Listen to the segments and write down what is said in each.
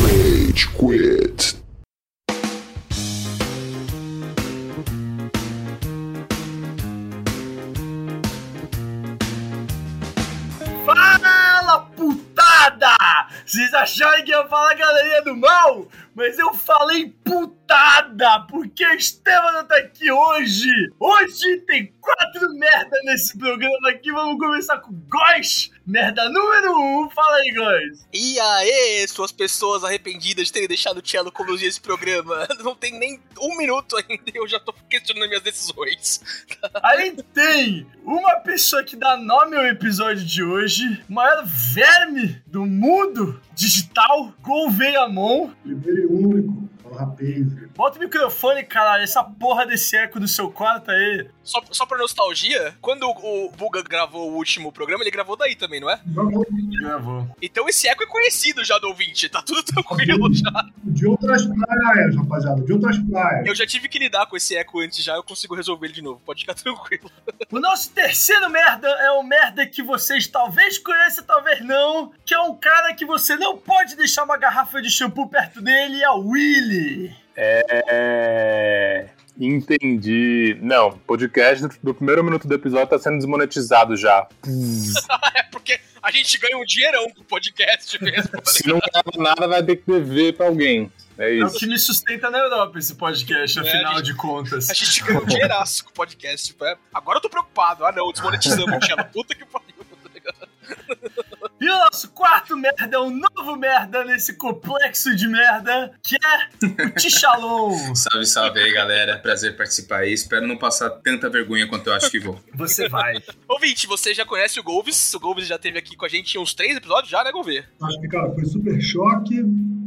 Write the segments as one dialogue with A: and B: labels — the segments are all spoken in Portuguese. A: Rage Quit.
B: Fala putada! Vocês acharam que eu ia falar galerinha do mal? Mas eu falei putada! Porque o Estevam não tá aqui hoje! Hoje tem quatro merda nesse programa aqui. Vamos começar com Góis! Merda número um! Fala aí, Góis!
C: E aê, suas pessoas arrependidas de terem deixado o Cello conduzir esse programa. Não tem nem um minuto ainda e eu já tô questionando minhas decisões.
B: Aí tem uma pessoa que dá nome ao episódio de hoje, o maior verme do mundo digital, Golveiamon.
D: Primeiro e é único. Fala, rapaz.
B: Bota o microfone, caralho, essa porra desse eco do seu quarto aí.
C: Só, só pra nostalgia, quando o Buga gravou o último programa, ele gravou daí também, não é?
D: Vamos
B: Gravou.
C: Então esse eco é conhecido já do ouvinte, tá tudo tranquilo já.
D: de outras praias, rapaziada. De outras praias.
C: Eu já tive que lidar com esse eco antes já, eu consigo resolver ele de novo, pode ficar tranquilo.
B: O nosso terceiro merda é o merda que vocês talvez conheçam, talvez não, que é um cara que você não pode deixar uma garrafa de shampoo perto dele, é o Willy.
E: É. Entendi. Não, podcast do, do primeiro minuto do episódio tá sendo desmonetizado já.
C: É porque a gente ganha um dinheirão com o podcast mesmo.
E: Se não grava nada, vai ter que dever pra alguém. É
B: É o
E: isso.
B: que me sustenta na Europa esse podcast,
C: É,
B: afinal
C: a gente-
B: de contas.
C: A gente ganha um dinheiraço com o podcast. Tipo, é, agora eu tô preocupado. Ah não, desmonetizamos o Cello. Puta que pariu. tá ligado?
B: E o nosso quarto merda é um novo merda nesse complexo de merda, que é o Tichalon.
F: Salve, salve aí, galera. Prazer participar aí. Espero não passar tanta vergonha quanto eu acho que vou.
B: Você vai.
C: Ouvinte, você já conhece o Golves. O Golves já teve aqui com a gente em uns três episódios já, né, Golvê?
D: Acho que, cara, foi Super Choque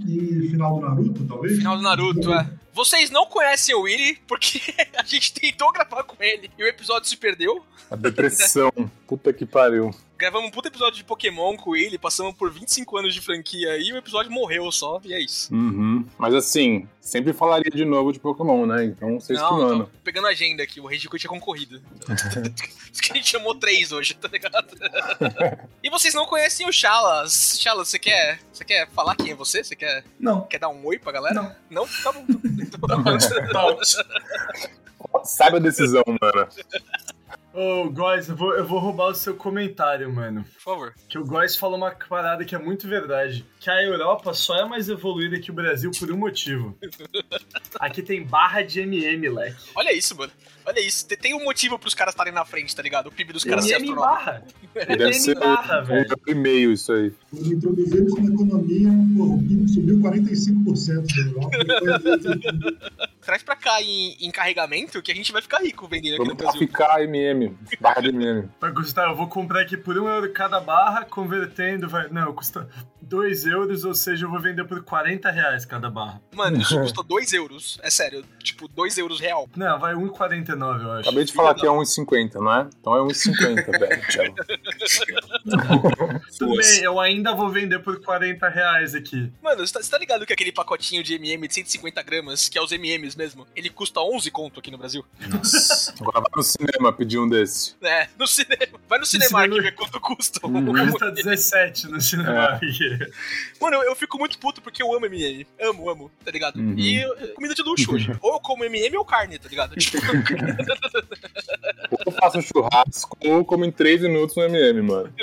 D: e final do Naruto, talvez.
C: Final do Naruto, é. Vocês não conhecem o Willy, porque a gente tentou gravar com ele e o episódio se perdeu.
E: A depressão. Puta que pariu.
C: Gravamos um puta episódio de Pokémon com ele, passamos por 25 anos de franquia e o episódio morreu só, e é isso.
E: Uhum. Mas assim, sempre falaria de novo de Pokémon, né? Então vocês que
C: não,
E: mandam.
C: tô pegando a agenda aqui, o Rage Quit é concorrido. Isso que a gente chamou três hoje, tá ligado? e vocês não conhecem o Chalas. Chalas, você quer, você quer falar quem é você? Você quer,
F: Não.
C: quer dar um oi pra galera?
F: Não.
C: Não? Tá bom. Então-
E: Sabe a decisão, mano.
B: Ô, Góis, eu vou, eu vou roubar o seu comentário, mano.
C: Por favor.
B: Que o Góis falou uma parada que é muito verdade. Que a Europa só é mais evoluída que o Brasil por um motivo. Aqui tem barra de MM, leque.
C: Olha isso, mano. Olha isso. Tem- Tem um motivo pros caras estarem na frente, tá ligado? O PIB dos caras ser
B: MM em
C: astronauta.
B: barra.
E: E deve
B: MM
E: ser
B: barra,
C: É.
B: velho.
E: um primeiro isso aí.
D: Quando introduziram isso na economia, porra, o PIB subiu 45% da Europa. Então, assim, Foi-
C: Traz pra cá em, em carregamento que a gente vai ficar rico vendendo aqui no
E: Vamos
C: Brasil.
E: traficar MM. Barra de MM.
B: Vai custar, eu vou comprar aqui por um euro cada barra, convertendo, vai. Não, custa 2 euros, ou seja, eu vou vender por 40 reais cada barra.
C: Mano, isso custou 2 euros. É sério. Tipo, 2 euros real.
B: Não, vai 1,49, eu acho.
E: Acabei de falar que é 1,50, não é? Então é 1,50, velho. Tchau.
B: Tudo bem, eu ainda vou vender por 40 reais aqui.
C: Mano, você tá, você tá ligado que aquele pacotinho de MM de 150 gramas, que é os MMs mesmo, ele custa 11 conto aqui no Brasil?
E: Agora vai no cinema pedir um desse.
C: É, no cinema. Vai no Cinemark
B: cinema- Hum,
C: ver quanto custa.
B: Custa 17 tá no cinema. É.
C: Mano, eu, eu fico muito puto porque eu amo MM. Amo, amo, tá ligado?
E: Uhum.
C: E eh, comida de luxo hoje. Ou eu como MM ou carne, tá ligado? Tipo,
E: Ou eu faço um churrasco, ou eu como em 3 minutos no MM, mano.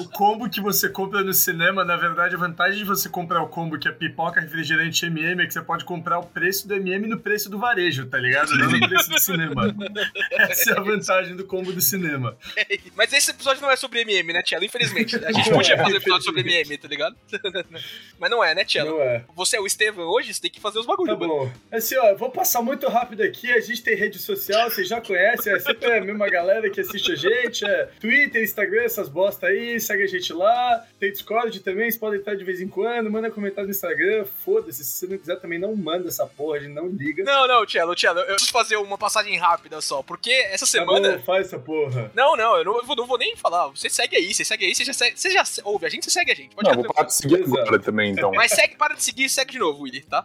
B: O combo que você compra no cinema, na verdade, a vantagem de você comprar o combo que é pipoca, refrigerante e MM é que você pode comprar o preço do MM no preço do varejo, tá ligado? Não no preço do cinema. Essa é a vantagem do combo do cinema.
C: Mas esse episódio não é sobre MM, né, Tchelo? Infelizmente. A gente
B: é.
C: podia fazer episódio sobre MM, tá ligado? Mas não é, né, Tchelo?
B: é.
C: Você é o Estevam hoje, você tem que fazer os bagulho,
B: Tá
C: mano.
B: bom. Assim, ó, vou passar muito rápido aqui. A gente tem rede social, vocês já conhecem, é sempre a mesma galera que assiste a gente. É Twitter, Instagram, essas bosta aí, segue a gente lá. Tem Discord também, vocês podem estar de vez em quando. Manda comentário no Instagram, foda-se. Se você não quiser também, não manda essa porra, a gente não liga.
C: Não, não, Tchelo, Tchelo, eu preciso fazer uma passagem rápida só, porque essa
B: Tá bom,
C: semana.
B: faz essa porra.
C: Não, não, eu não, eu vou- não vou nem falar. Você segue aí, você segue aí, você já, segue- você já se- ouve a gente, você segue a gente. Pode
E: Não,
C: ficar
E: vou parar de seguir agora também, então.
C: tranquilo. Mas segue, para de seguir e segue de novo, Willy, tá?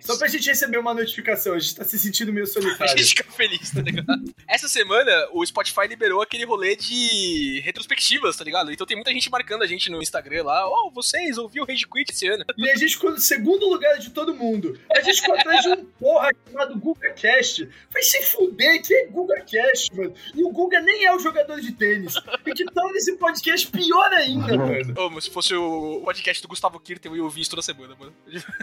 B: Só pra gente receber uma notificação, a gente tá se sentindo meio
C: A
B: solitário.
C: gente fica feliz, tá ligado? Essa semana, o Spotify liberou aquele rolê de retrospectivas fãs, tá ligado? Então tem muita gente marcando a gente no Instagram lá. Ó, vocês ouviram o Rage Quit esse ano?
B: E a gente ficou no segundo lugar de todo mundo. A gente ficou atrás de um porra chamado Guga Cast. Vai se fuder, que é Guga Cast, mano? E o Guga nem é o jogador de tênis. E que tal nesse podcast pior ainda, mano?
C: Ô, mas se fosse o podcast do Gustavo Kirten, eu ia ouvir isso toda semana, mano.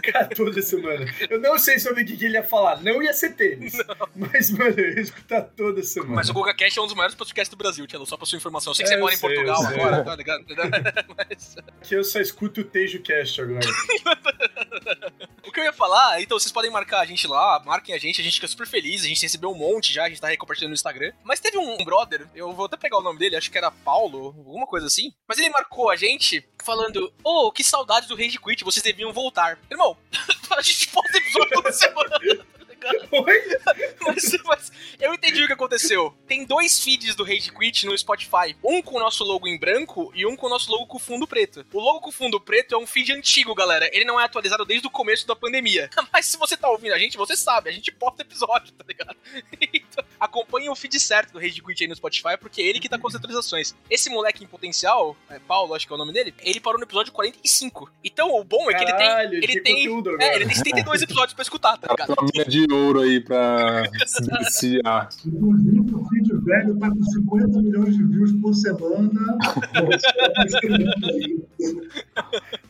B: Cara, toda semana. Eu não sei sobre o que que ele ia falar. Não ia ser tênis. Mas, mano, eu ia escutar toda semana.
C: Mas o GugaCast é um dos maiores podcasts do Brasil, Tchelo, só pra sua informação. Eu sei que
B: É,
C: você
B: eu
C: mora em
B: sei,
C: Portugal
B: eu sei.
C: agora, tá ligado? Mas,
B: que eu só escuto o Tejo Cast agora.
C: o que eu ia falar, então vocês podem marcar a gente lá, marquem a gente, a gente fica super feliz, a gente recebeu um monte já, a gente tá recompartilhando no Instagram. Mas teve um brother, eu vou até pegar o nome dele, acho que era Paulo, alguma coisa assim. Mas ele marcou a gente falando, ô, que saudade do Rage Quit, vocês deviam voltar. Irmão, a gente posta episódio toda semana, tá ligado?
B: Oi?
C: Mas, mas eu entendi o que aconteceu. Tem dois feeds do Rage Quit no Spotify. Um com o nosso logo em branco e um com o nosso logo com fundo preto. O logo com fundo preto é um feed antigo, galera. Ele não é atualizado desde o começo da pandemia. Mas se você tá ouvindo a gente, você sabe. A gente posta episódio, tá ligado? Então, acompanhe o feed certo do Rage Quit aí no Spotify, porque é ele que tá com as atualizações. Esse moleque em potencial, é Paulo, acho que é o nome dele, ele parou no episódio 45. Então, o bom é que
B: Caralho,
C: ele tem... Ele
B: tem
C: tem...
B: conteúdo
C: É,
B: agora.
C: ele tem 72 episódios pra escutar, tá
E: Cara,
C: ligado?
E: tem uma mina de ouro aí pra se iniciar.
D: Inclusive, o Cid Velho tá com 50 milhões de views por semana.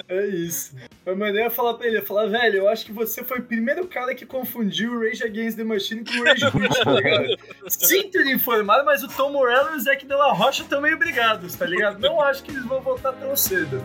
B: É isso. Mas, mano, eu ia falar pra ele, eu ia falar, velho, eu acho que você foi o primeiro cara que confundiu o Rage Against the Machine com o Rage Quit, tá ligado? Sinto lhe informar, mas o Tom Morello e o Zac Della Rocha estão meio brigados, tá ligado? Não acho que eles vão voltar tão cedo.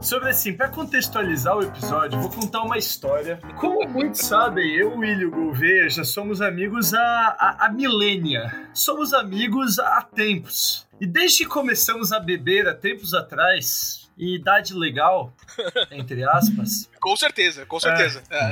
B: Sobre assim, pra contextualizar o episódio, vou contar uma história. Como muitos sabem, eu, o William Gouveia, já somos amigos há, há, há milênia. Somos amigos há tempos. E desde que começamos a beber há tempos atrás, em idade legal, entre aspas,
C: Com certeza, com certeza. É.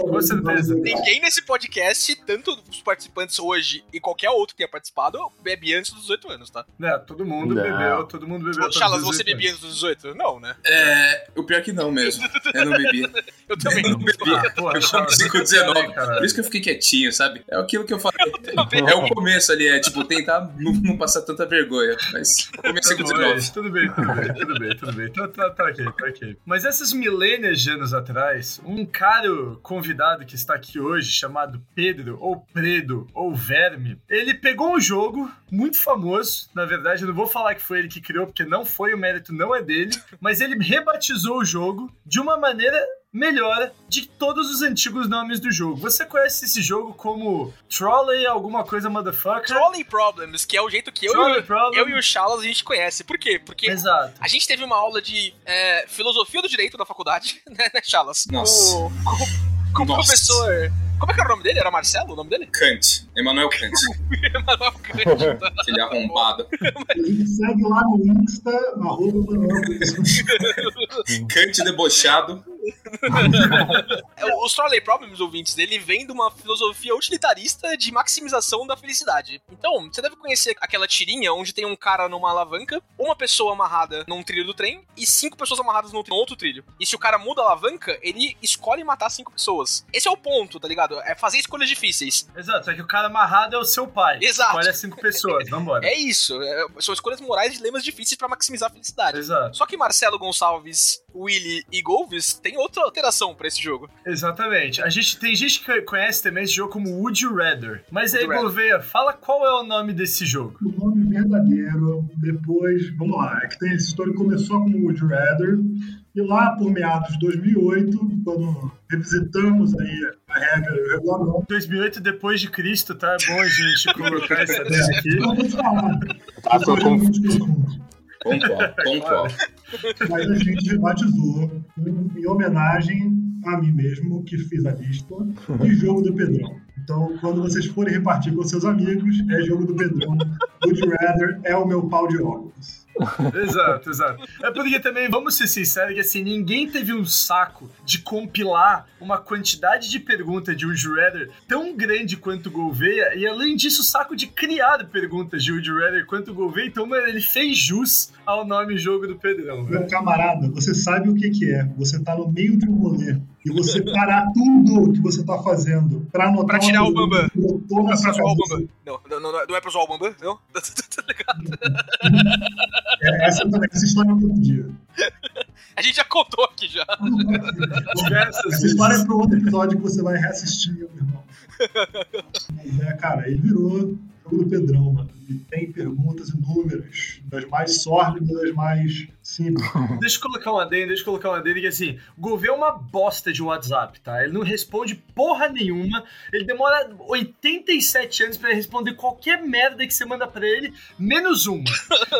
B: Com certeza.
C: Ninguém nesse podcast, tanto os participantes hoje e qualquer outro que tenha participado, bebe antes dos 18 anos, tá?
B: Né, todo mundo
E: Não.
B: bebeu, todo mundo bebeu. todos
C: Chalas,
B: os
C: você
B: dias.
C: bebia antes dos 18? Não, né?
F: É, o pior que não mesmo. Eu não bebi.
C: Eu também
F: Eu
C: não.
F: não bebi.
B: Ah, porra,
F: Eu
B: Chalas,
F: consigo
B: eu
F: 19.
B: também, cara.
F: Por isso que eu fiquei quietinho, sabe? É aquilo que eu falei.
C: também.
F: É o começo ali, é tipo, tentar não, não passar tanta vergonha. Mas eu comecei com
B: Tudo bem,
F: 19.
B: Tudo bem, tudo bem, tudo bem, tudo bem. Tá, tá, tá ok, tá ok. Mas essas milênias de anos atrás, um caro convidado que está aqui hoje, chamado Pedro, ou Predo, ou Verme, ele pegou um jogo muito famoso. Na verdade, eu não vou falar que foi ele que criou, porque não foi, o mérito não é dele. Mas ele rebatizou o jogo de uma maneira melhor de todos os antigos nomes do jogo. Você conhece esse jogo como Trolley alguma coisa motherfucker?
C: Trolley Problems, que é o jeito que eu,
B: Trolley
C: e, o-
B: Problem.
C: eu e o Chalas a gente conhece. Por quê? Porque
B: Exato.
C: a gente teve uma aula de é, filosofia do direito da faculdade, né, né, Chalas?
F: Nossa.
C: Com, com, com o
F: Nossa.
C: professor. Como é que era o nome dele? Era Marcelo o nome dele?
F: Kant. Emanuel Kant.
C: Emanuel Kant.
F: Aquele arrombado.
D: A gente segue lá no Insta, arroba Manuel Cândido.
F: Kant debochado.
C: É, Os Trolley Problems, ouvintes, ele vem de uma filosofia utilitarista de maximização da felicidade. Então, você deve conhecer aquela tirinha onde tem um cara numa alavanca, uma pessoa amarrada num trilho do trem e cinco pessoas amarradas num, num outro trilho. E se o cara muda a alavanca, ele escolhe matar cinco pessoas. Esse é o ponto, tá ligado? É fazer escolhas difíceis.
B: Exato, é que o cara amarrado é o seu pai.
C: Exato.
B: Olha cinco pessoas, vambora.
C: É isso. é- são escolhas morais e dilemas difíceis pra maximizar a felicidade.
B: Exato,
C: Só que Marcelo Gonçalves, Willy e Golves tem outra alteração pra esse jogo.
B: exatamente. A gente tem gente que conhece também esse jogo como Would You Rather. Mas aí,
C: Would You
B: Gouveia, fala qual é o nome desse jogo.
D: O nome verdadeiro, depois, vamos lá, é que tem essa história que começou como Would You Rather, e lá por meados de 2008, quando revisitamos aí a regra e o regulamento,
B: 2008 depois de Cristo, tá? É bom a gente colocar essa data aqui.
D: vamos falar.
E: Ah, tô
D: Depois
E: com-
D: a gente discute.
F: Pontual, pontual.
D: Mas a gente rebatizou em, em homenagem a mim mesmo, que fiz a lista, de Jogo do Pedrão. Então, quando vocês forem repartir com seus amigos, é Jogo do Pedrão. Would You Rather é o meu pau de óculos.
B: Exato, exato. É porque também, vamos ser sinceros, que assim, ninguém teve um saco de compilar uma quantidade de perguntas de Would You Rather tão grande quanto o Gouveia, e além disso, o saco de criar perguntas de Would You Rather quanto o Gouveia, então, mano, ele fez jus ao nome jogo do Pedrão, velho.
D: Meu camarada, você sabe o que, que é. Você tá no meio de um rolê. E você parar tudo que você tá fazendo pra anotar.
C: Pra tirar o Bambam.
D: Botou na
C: Pra
D: sua
C: zoar o
D: cabeça.
C: Bambam. Não, não, não, não é pra zoar o Bambam, não? Tá ligado?
D: É, essa, essa história é outro dia.
C: A gente já contou aqui já.
B: Diversas
D: Essa
B: vezes.
D: história é para outro episódio que você vai reassistir, meu irmão. Mas é, cara, ele virou jogo do Pedrão, mano. E tem perguntas inúmeras, das mais sórdidas, das mais simples.
B: Deixa eu colocar um adendo, deixa eu colocar um adendo que assim, o Gouveia é uma bosta de WhatsApp, tá? Ele não responde porra nenhuma, ele demora 87 anos pra responder qualquer merda que você manda pra ele, menos uma.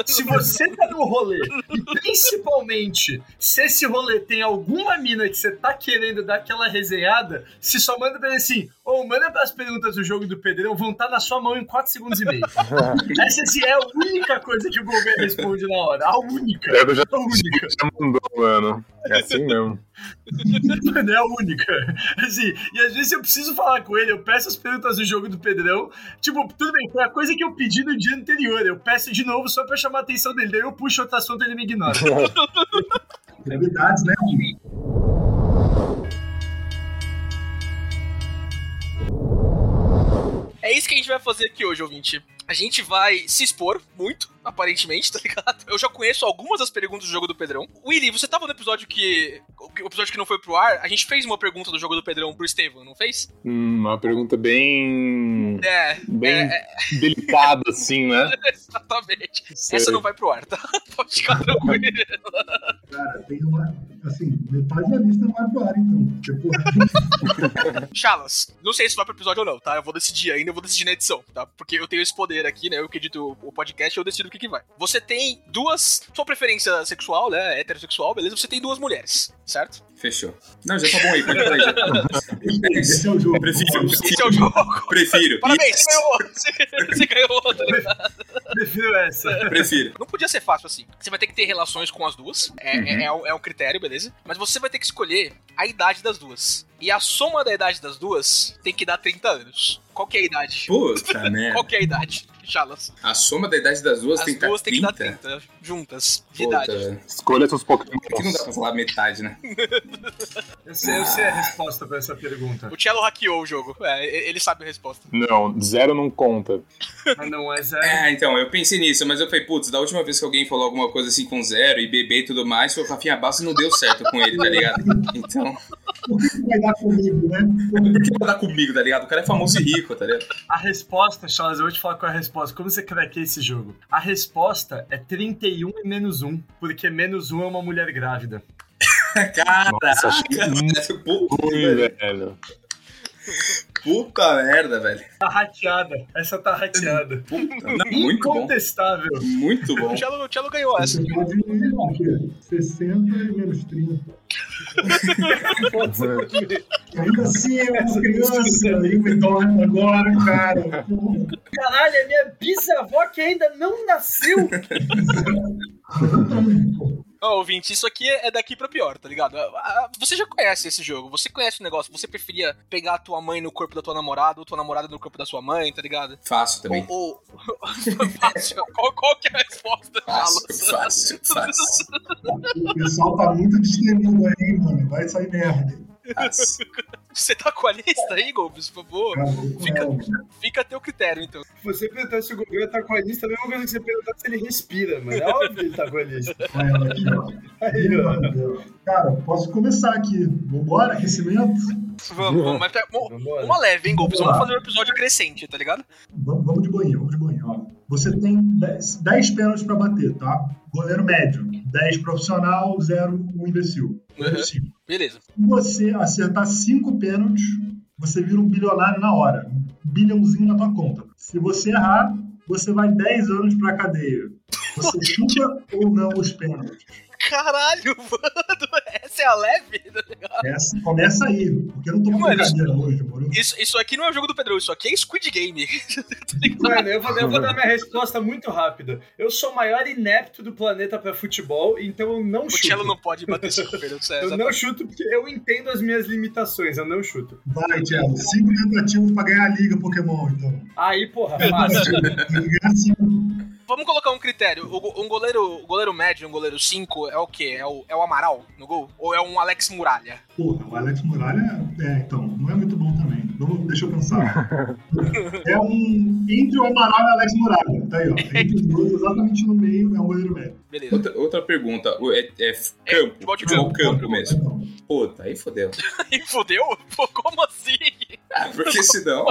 B: Se você tá no rolê, e principalmente se esse rolê tem alguma mina que você tá querendo dar aquela resenhada, se só manda pra ele assim, ou manda manda as perguntas do jogo do Pedrão, vão estar na sua mão em 4 segundos e meio. Essa assim, é a única coisa que o Gouveia responde na hora, a única.
E: Pior que eu já,
B: A única.
E: já mandou, mano. É assim mesmo.
B: Mano, é a única. Assim, e às vezes eu preciso falar com ele, eu peço as perguntas do jogo do Pedrão. Tipo, tudo bem, foi a coisa que eu pedi no dia anterior. Eu peço de novo só pra chamar a atenção dele. Daí eu puxo outro assunto e ele me ignora.
D: Gravidades, né? amigo?
C: É isso que a gente vai fazer aqui hoje, ouvinte. A gente vai se expor muito, aparentemente, tá ligado? Eu já conheço algumas das perguntas do jogo do Pedrão. Willy, você tava no episódio que. O episódio que não foi pro ar, a gente fez uma pergunta do jogo do Pedrão pro Estevam, não fez?
E: Hum, uma pergunta bem.
C: É.
E: bem
C: é,
E: delicada, assim, né?
C: é, exatamente.
E: Sei.
C: Essa não vai pro ar, tá? Pode ficar tranquilo.
D: Cara, tem uma. Assim, metade da lista não vai pro ar, então. Porque, porra,
C: Chalas, não sei se vai pro episódio ou não, tá? Eu vou decidir ainda, eu vou decidir na edição, tá? Porque eu tenho esse poder aqui, né? Eu que edito o podcast, eu decido o que que vai. Você tem duas... Sua preferência sexual, né? Heterossexual, beleza? Você tem duas mulheres, certo?
F: Fechou. Não, já tá bom aí, pode falar aí. já.
D: esse é o jogo.
F: Eu prefiro.
D: Vamos lá.
C: Esse é o jogo.
F: Prefiro.
C: Parabéns, você ganhou. Você- Você ganhou, tá ligado?
B: Prefiro essa.
F: Prefiro.
C: Não podia ser fácil assim. Você vai ter que ter relações com as duas. É, é, é um, é um critério, beleza? Mas você vai ter que escolher a idade das duas. E a soma da idade das duas tem que dar 30 anos. Qual que é a idade?
F: Puta merda.
C: Qual que é a idade? Chalas.
F: A soma da idade das duas
C: As
F: tem que
C: duas tem que
F: estar
C: dar
F: 30.
C: 30 juntas de
F: Puta.
C: idade.
E: Escolha seus Pokémon.
F: Aqui É não dá pra falar metade, né?
B: Eu sei, eu sei a resposta pra essa pergunta.
C: O Cello hackeou o jogo. É, e- ele sabe a resposta.
E: Não, zero não conta.
B: Ah, não, essa é.
F: É, então, eu pensei nisso, mas eu falei, putz, da última vez que alguém falou alguma coisa assim com zero e bebê e tudo mais, foi o Rafinha Bastos e não deu certo com ele, tá ligado? Então,
D: Por que que vai dar comigo, né?
F: por que vai dar comigo, tá ligado? O cara é famoso e rico, tá ligado?
B: A resposta, Charles, eu vou te falar qual é a resposta. Como você craqueia esse jogo? A resposta é 31 e menos 1, porque menos 1 é uma mulher grávida.
E: Nossa,
F: Cara,
E: achei muito
F: é
E: ruim,
F: puta,
E: velho.
F: tipo, puta merda, velho.
B: Tá hackeada. Essa tá hackeada.
F: Puta, não, muito bom,
B: Incontestável.
F: muito bom.
C: O Cello, o Cello ganhou essa.
D: Você pode ir, né, ó, aqui, 60 e menos 30. Ainda assim, é uma criança, língua enorme agora, cara. Porra.
B: Caralho, é minha bisavó que ainda não nasceu.
C: Ó, ouvinte, isso aqui é daqui pra pior, tá ligado? Ah, ah, Você já conhece esse jogo, você conhece o negócio, você preferia pegar a tua mãe no corpo da tua namorada ou tua namorada no corpo da sua mãe, tá ligado?
F: Fácil também.
C: Ou. ou... Fácil. qual, qual que é a resposta,
F: Fácil,
C: Charles?
F: fácil, fácil.
D: O pessoal tá muito destemido aí, mano. Vai sair merda.
F: fácil.
C: Você tá com a lista aí, Golbis, por favor?
D: Cara, vou com
C: Fica-
D: ela, mano.
C: Fica a teu critério, então.
B: Você perguntar se o governo tá com a lista, a mesma coisa que você perguntar se ele respira, mano. É óbvio que ele tá com a lista.
D: Com ela aqui, ó.
B: Aí, ó.
D: Cara, posso começar aqui. Vambora, aquecimento?
C: Vamos, vamos. Mas tá- um-
B: Vambora.
C: uma leve, hein, Golbis? Vamos
D: Vamos
C: fazer um episódio crescente, tá ligado?
D: Vamos, vamos de banho, vamos de banho. Ó. Você tem 10, 10 pênaltis pra bater, tá? Goleiro médio, 10 profissional, 0 um imbecil. Número
C: Uhum.
D: cinco.
C: Beleza.
D: Se você acertar 5 pênaltis, você vira um bilionário na hora. Um bilhãozinho na tua conta. Se você errar, você vai 10 anos pra cadeia. Você chuta ou não os pênaltis?
C: Caralho, mano. Essa é a leve do negócio.
D: Essa, começa aí, porque eu não tô com
C: Mano, isso-
D: brincadeira hoje, moro?
C: Isso, isso aqui não é o jogo do Pedro, isso aqui é Squid Game.
B: Mano, eu vou, eu vou dar minha resposta muito rápida. Eu sou o maior inepto do planeta pra futebol, então eu não
C: O
B: chuto.
C: Cello não pode bater cinco pênaltis. É,
B: Eu
C: exato.
B: não chuto porque eu entendo as minhas limitações, eu não chuto.
D: Vai, Thiago. Cinco tentativas pra ganhar a Liga Pokémon, então. assim.
B: Aí, porra, fácil.
D: Tem que ganhar cinco.
C: Vamos colocar um critério. O go- Um goleiro, o goleiro médio, um goleiro 5 é o quê? É o, é o Amaral no gol? Ou é um Alex Muralha?
D: Porra, o Alex Muralha, é, então, não é muito bom também. Vamos, deixa eu pensar. é um entre o Amaral e o Alex Muralha. Tá aí, ó. Entre os dois, exatamente no meio, é um goleiro médio.
C: Beleza.
F: Outra, outra pergunta. O- É, é f-
C: É,
F: campo.
C: futebol de
F: futebol
C: campo.
F: campo mesmo. Puta, aí fodeu.
C: E fodeu? Pô, como assim?
F: Ah, porque senão,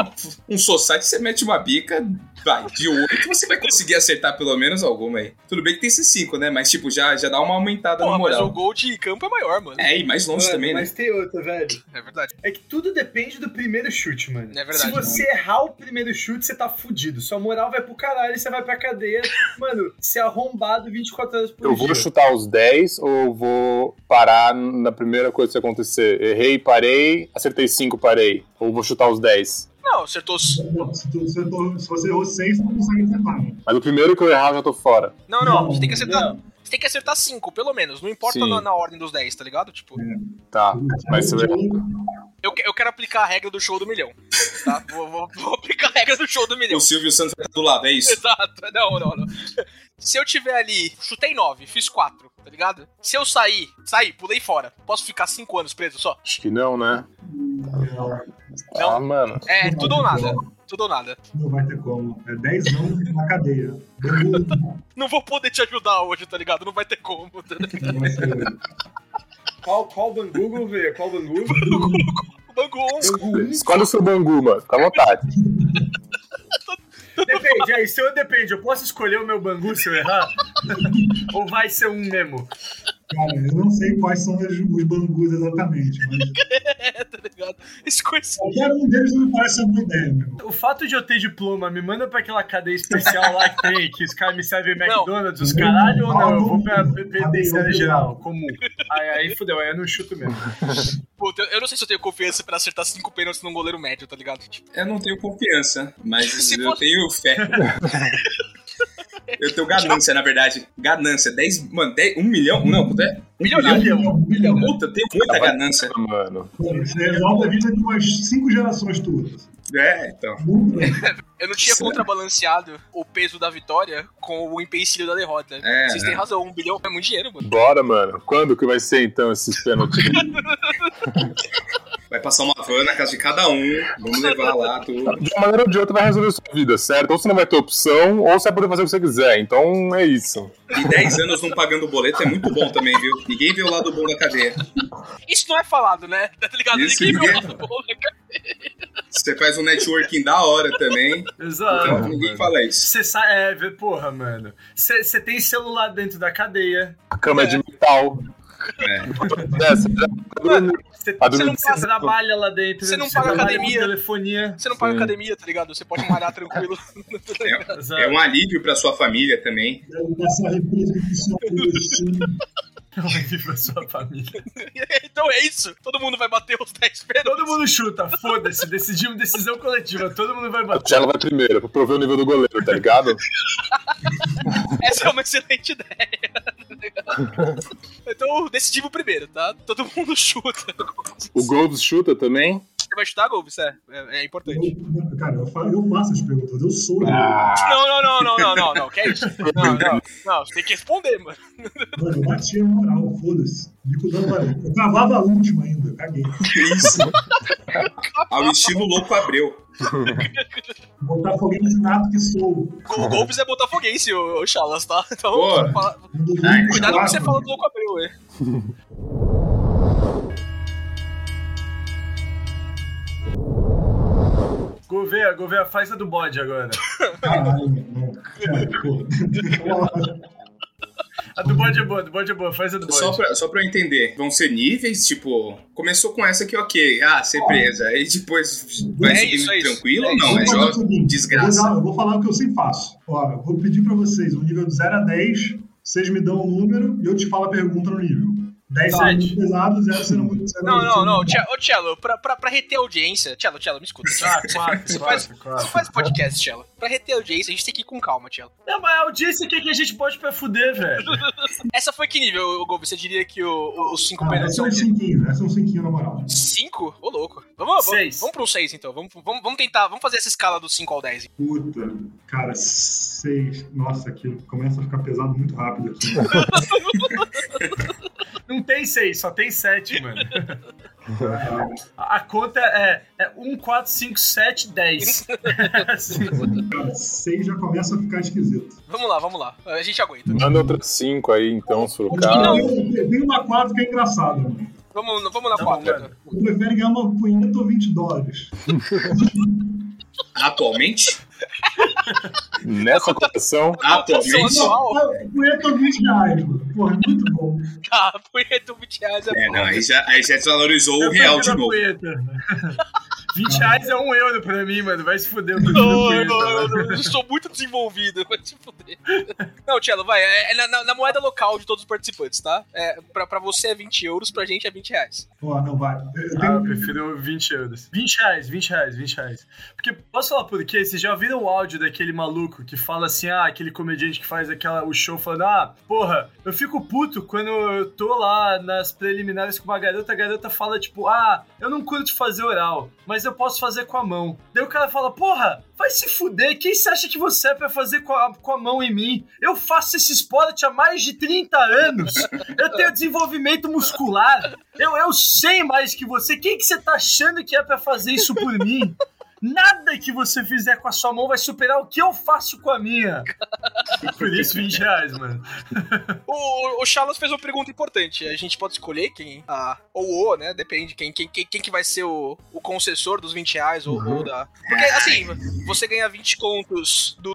F: um society você mete uma bica, vai, de 8 você vai conseguir acertar pelo menos alguma aí. Tudo bem que tem esse 5, né? Mas, tipo, já, já dá uma aumentada
C: Porra,
F: na
C: mas
F: Tá moral.
C: o gol de campo é maior, mano.
F: É, e mais longe
B: Mano,
F: também, né?
B: mas tem outra, velho.
C: É verdade.
B: É que tudo depende do primeiro chute, mano.
C: É verdade,
B: Se você errar o primeiro chute, você tá fudido. Sua moral vai pro caralho, você vai pra cadeia. Mano, se arrombado 24 horas por
E: Eu
B: dia.
E: vou chutar os 10 ou eu vou parar na primeira coisa que acontecer? Errei, parei, acertei 5, parei. Ou vou chutar os 10.
C: Não, acertou. os-
D: Pô, Se, tu- se tu- se você errou seis, você não consegue acertar. né?
E: Mas o primeiro que eu errar, eu já tô fora.
C: Não, não,
D: Não,
C: você tem que acertar.
B: Não,
C: Você tem que acertar 5, pelo menos. Não importa
E: Sim.
C: na, na ordem dos 10, tá ligado? Tipo,
E: Tá, mas se eu errar.
C: eu, que- eu quero aplicar a regra do show do milhão. Tá? vou, vou- vou aplicar a regra do show do milhão.
F: O Silvio Santos vai estar do lado, é isso?
C: Exato. Não, não, não. Se eu tiver ali, chutei 9, fiz 4, tá ligado? Se eu sair, sair, pulei fora. Posso ficar 5 anos preso só?
E: Acho que não, né?
C: Não.
D: é,
E: Ah, mano.
C: É,
D: Não,
C: tudo ou
D: não.
C: nada. Tudo ou nada.
D: Não vai ter como. É dez anos na cadeia. Bambu,
C: Não vou poder te ajudar hoje, tá ligado? Não vai ter como. tá ligado?
D: não vai ser.
B: qual, qual Bangugo, velho? Qual Bangugo?
C: Bangu 11.
B: Bangu um.
E: Escolhe o seu bangu, mano. Fica à vontade.
B: Depende, aí, se eu depende, eu posso escolher o meu Bangu se eu errar? Ou vai ser um mesmo?
D: Cara, eu não sei quais são os, os bangus exatamente, mas
C: É, tá ligado? Escolha esse
D: qualquer um deles não me parece uma boa ideia, meu.
B: O fato de eu ter diploma me manda pra aquela cadeia especial lá que tem, que os caras me servem McDonald's, os caralho, ou não? Eu vou pra penitenciária geral, comum. Aí, aí fudeu, aí eu não chuto mesmo.
C: puto. Eu- Eu não sei se eu tenho confiança pra acertar 5 pênaltis num goleiro médio, tá ligado? Tipo,
F: Eu não tenho confiança, mas
C: Se
F: eu
C: fosse-
F: tenho fé. Eu tenho ganância, na verdade. Ganância. 10, mano, 10, 1 milhão? Não, quanto é?
C: milionário.
D: Um milhão.
F: Puta, eu tenho muita ganância.
E: Tá, Mano.
D: Você resolve a É, vida de umas cinco gerações tuas.
F: É, então.
D: Muito bem.
C: Eu não tinha
F: Será?
C: contrabalanceado o peso da vitória com o empecilho da derrota.
F: É,
C: Vocês
F: né?
C: têm razão, um bilhão é muito dinheiro, mano.
E: Bora, mano. Quando que vai ser então esses pênaltis?
F: Vai passar uma van na casa de cada um. Vamos levar lá tudo.
E: De uma maneira ou de outra vai resolver a sua vida, certo? Ou você não vai ter opção, ou você vai poder fazer o que você quiser. Então é isso.
F: E 10 anos não pagando boleto é muito bom também, viu? Ninguém vê o lado bom da cadeia.
C: Isso não é falado, né? Tá ligado?
F: Isso é
C: Ninguém viu
F: ninguém-
C: nada bom, né, cara?
F: Você faz um networking da hora também.
B: Exato.
F: Então ninguém fala isso.
B: Você sai. É, vê, porra, mano. Você tem celular dentro da cadeia.
E: A cama é de metal. É, você já fica dormindo.
B: Você
E: A dúvida-
B: trabalha lá dentro.
C: Você não
B: cê
C: paga
B: trabalha
C: academia.
B: com telefonia.
C: Você não paga
E: Sim.
C: academia, tá ligado? Você pode malhar tranquilo.
B: Exato.
F: É um alívio pra sua família também.
D: Deve passar a reprise do seu destino.
B: Um pra sua família.
C: então é isso. Todo mundo vai bater os 10 pênaltis.
B: Todo mundo chuta, foda-se. Decidimos decisão coletiva. Todo mundo vai
E: O
B: bater.
E: Cello vai primeiro, pra prover o nível do goleiro, tá ligado?
C: Essa é uma excelente ideia. então decidimos primeiro, tá? Todo mundo chuta.
E: O Groves chuta também.
C: Você vai chutar, Golves? É, é, é importante.
D: Eu- Cara, eu fa- eu faço as perguntas, eu sou.
E: Ah,
C: Não, não, não, não, não, não, não. Que é isso? Não, não. Não, você tem que responder, mano.
D: Mano, eu batia na moral, foda-se. Bico dando valeu. Eu cavava a última ainda, eu caguei.
F: Isso. Ao estilo louco abreu.
D: Botar foguinho de nato que sou.
C: O Golves é botafoguense, o, o Chalas, tá? Então,
F: Boa.
C: fala-
D: Um dos
F: Ai,
D: únicos
C: cuidado com o que você
D: quatro.
C: fala do louco abreu, hein?
B: Gouveia, Gouveia, faz a do bode agora.
D: Caralho, meu irmão. Cara, pô.
B: A do bode é boa, a do bode é boa, faz a do bode.
F: Só pra, só pra eu entender, vão ser níveis? Tipo, começou com essa aqui, ok. Ah, ser presa. Aí depois vai
C: É
F: subindo
C: isso, é isso.
F: tranquilo
C: É
F: ou não?
D: Vou
F: É
D: falar o
F: jogo
D: seguinte,
F: desgraça.
D: Eu vou, dar- eu vou falar o que eu sempre faço. Ó, eu vou um pedir pra vocês um nível de 0 a 10, vocês me dão o número e eu te falo a pergunta no nível. 10
B: Sete.
D: sendo muito pesado, 0 sendo muito pesado.
C: Não, não, não. Tchelo, ô, Tchelo, pra, pra, pra reter a audiência. Tchelo, Tchelo, me escuta. Tchelo.
B: Ah, quatro,
C: Você
B: quatro,
C: faz- Você
B: quatro.
C: faz podcast, Tchelo. Pra reter a audiência, a gente tem que ir com calma, Tchelo.
B: Não, mas a audiência aqui que a gente pode pra fuder, velho.
C: Essa foi que nível, Gobi? Você diria que o- o- os cinco
D: Não,
C: pênaltis
D: essa é
C: são
D: um 5, essa é um 5 na moral.
C: cinco? Ô, louco. Vamos, vamos,
B: Seis.
C: vamos pro seis, então. Vamos, vamos, vamos tentar, vamos fazer essa escala do 5 ao 10.
D: Puta, cara, 6. Nossa, aqui começa a ficar pesado muito rápido aqui.
B: Não tem seis, só tem sete, mano.
D: Tá?
B: A conta é, é 1, 4, 5, 7, 10. Assim.
D: Cara, 6 já começa a ficar esquisito.
C: Vamos lá, vamos lá. A gente aguenta.
E: Manda outras 5 aí, então, se for o caso.
C: Não.
D: Tem tem uma 4 que é engraçada, mano.
C: Vamos, vamos na né?
B: Tá bom,
C: quadra.
D: Tu prefere ganhar uma punheta ou 20 dólares?
F: Atualmente?
E: Nessa cotação,
F: Ah, Atualmente?
C: Pessoal,
D: Não, Ah, punheta ou 20 reais, mano. Porra, é muito bom.
C: tá, punheta 20 reais é
F: É,
C: bom.
F: não, aí já, aí já desvalorizou o
B: Eu
F: real de
B: prefiro a
F: novo.
B: punheta. 20 reais é 1 euro pra mim, mano. Vai se fuder. Eu prefiro
C: Não,
B: a
C: eu, não,
B: punheta,
C: eu,
B: mano.
C: não- eu sou muito desenvolvido, vai te fuder. Não, Tchelo, vai. É na, na- na moeda local de todos os participantes, tá? É, pra, pra você é 20 euros, pra gente é 20 reais.
D: Porra, não vai. Eu- Eu
B: Ah, eu
D: tenho...
B: prefiro 20 euros. 20 reais, 20 reais, 20 reais. Porque, posso falar por quê? Vocês já viram o áudio daquele maluco que fala assim, ah, aquele comediante que faz aquela, o show falando, ah, porra, eu fico puto quando eu tô lá nas preliminares com uma garota, a garota fala tipo, ah, eu não curto fazer oral, mas eu posso fazer com a mão. Daí o cara fala, porra, vai se fuder, quem você acha que você é pra fazer com a, com a mão em mim? Eu faço esse esporte há mais de 30 anos, eu tenho desenvolvimento muscular, eu, eu sei mais que você. Quem que você tá achando que é pra fazer isso por mim? Nada que você fizer com a sua mão vai superar o que eu faço com a minha. Por isso, 20 reais, mano.
C: O, o- o Charles fez uma pergunta importante. A gente pode escolher quem. A, ou o, né? Depende. Quem, quem, quem, quem que vai ser o, o concessor dos 20 reais ou, ou da. Porque, assim, você ganhar 20 contos do.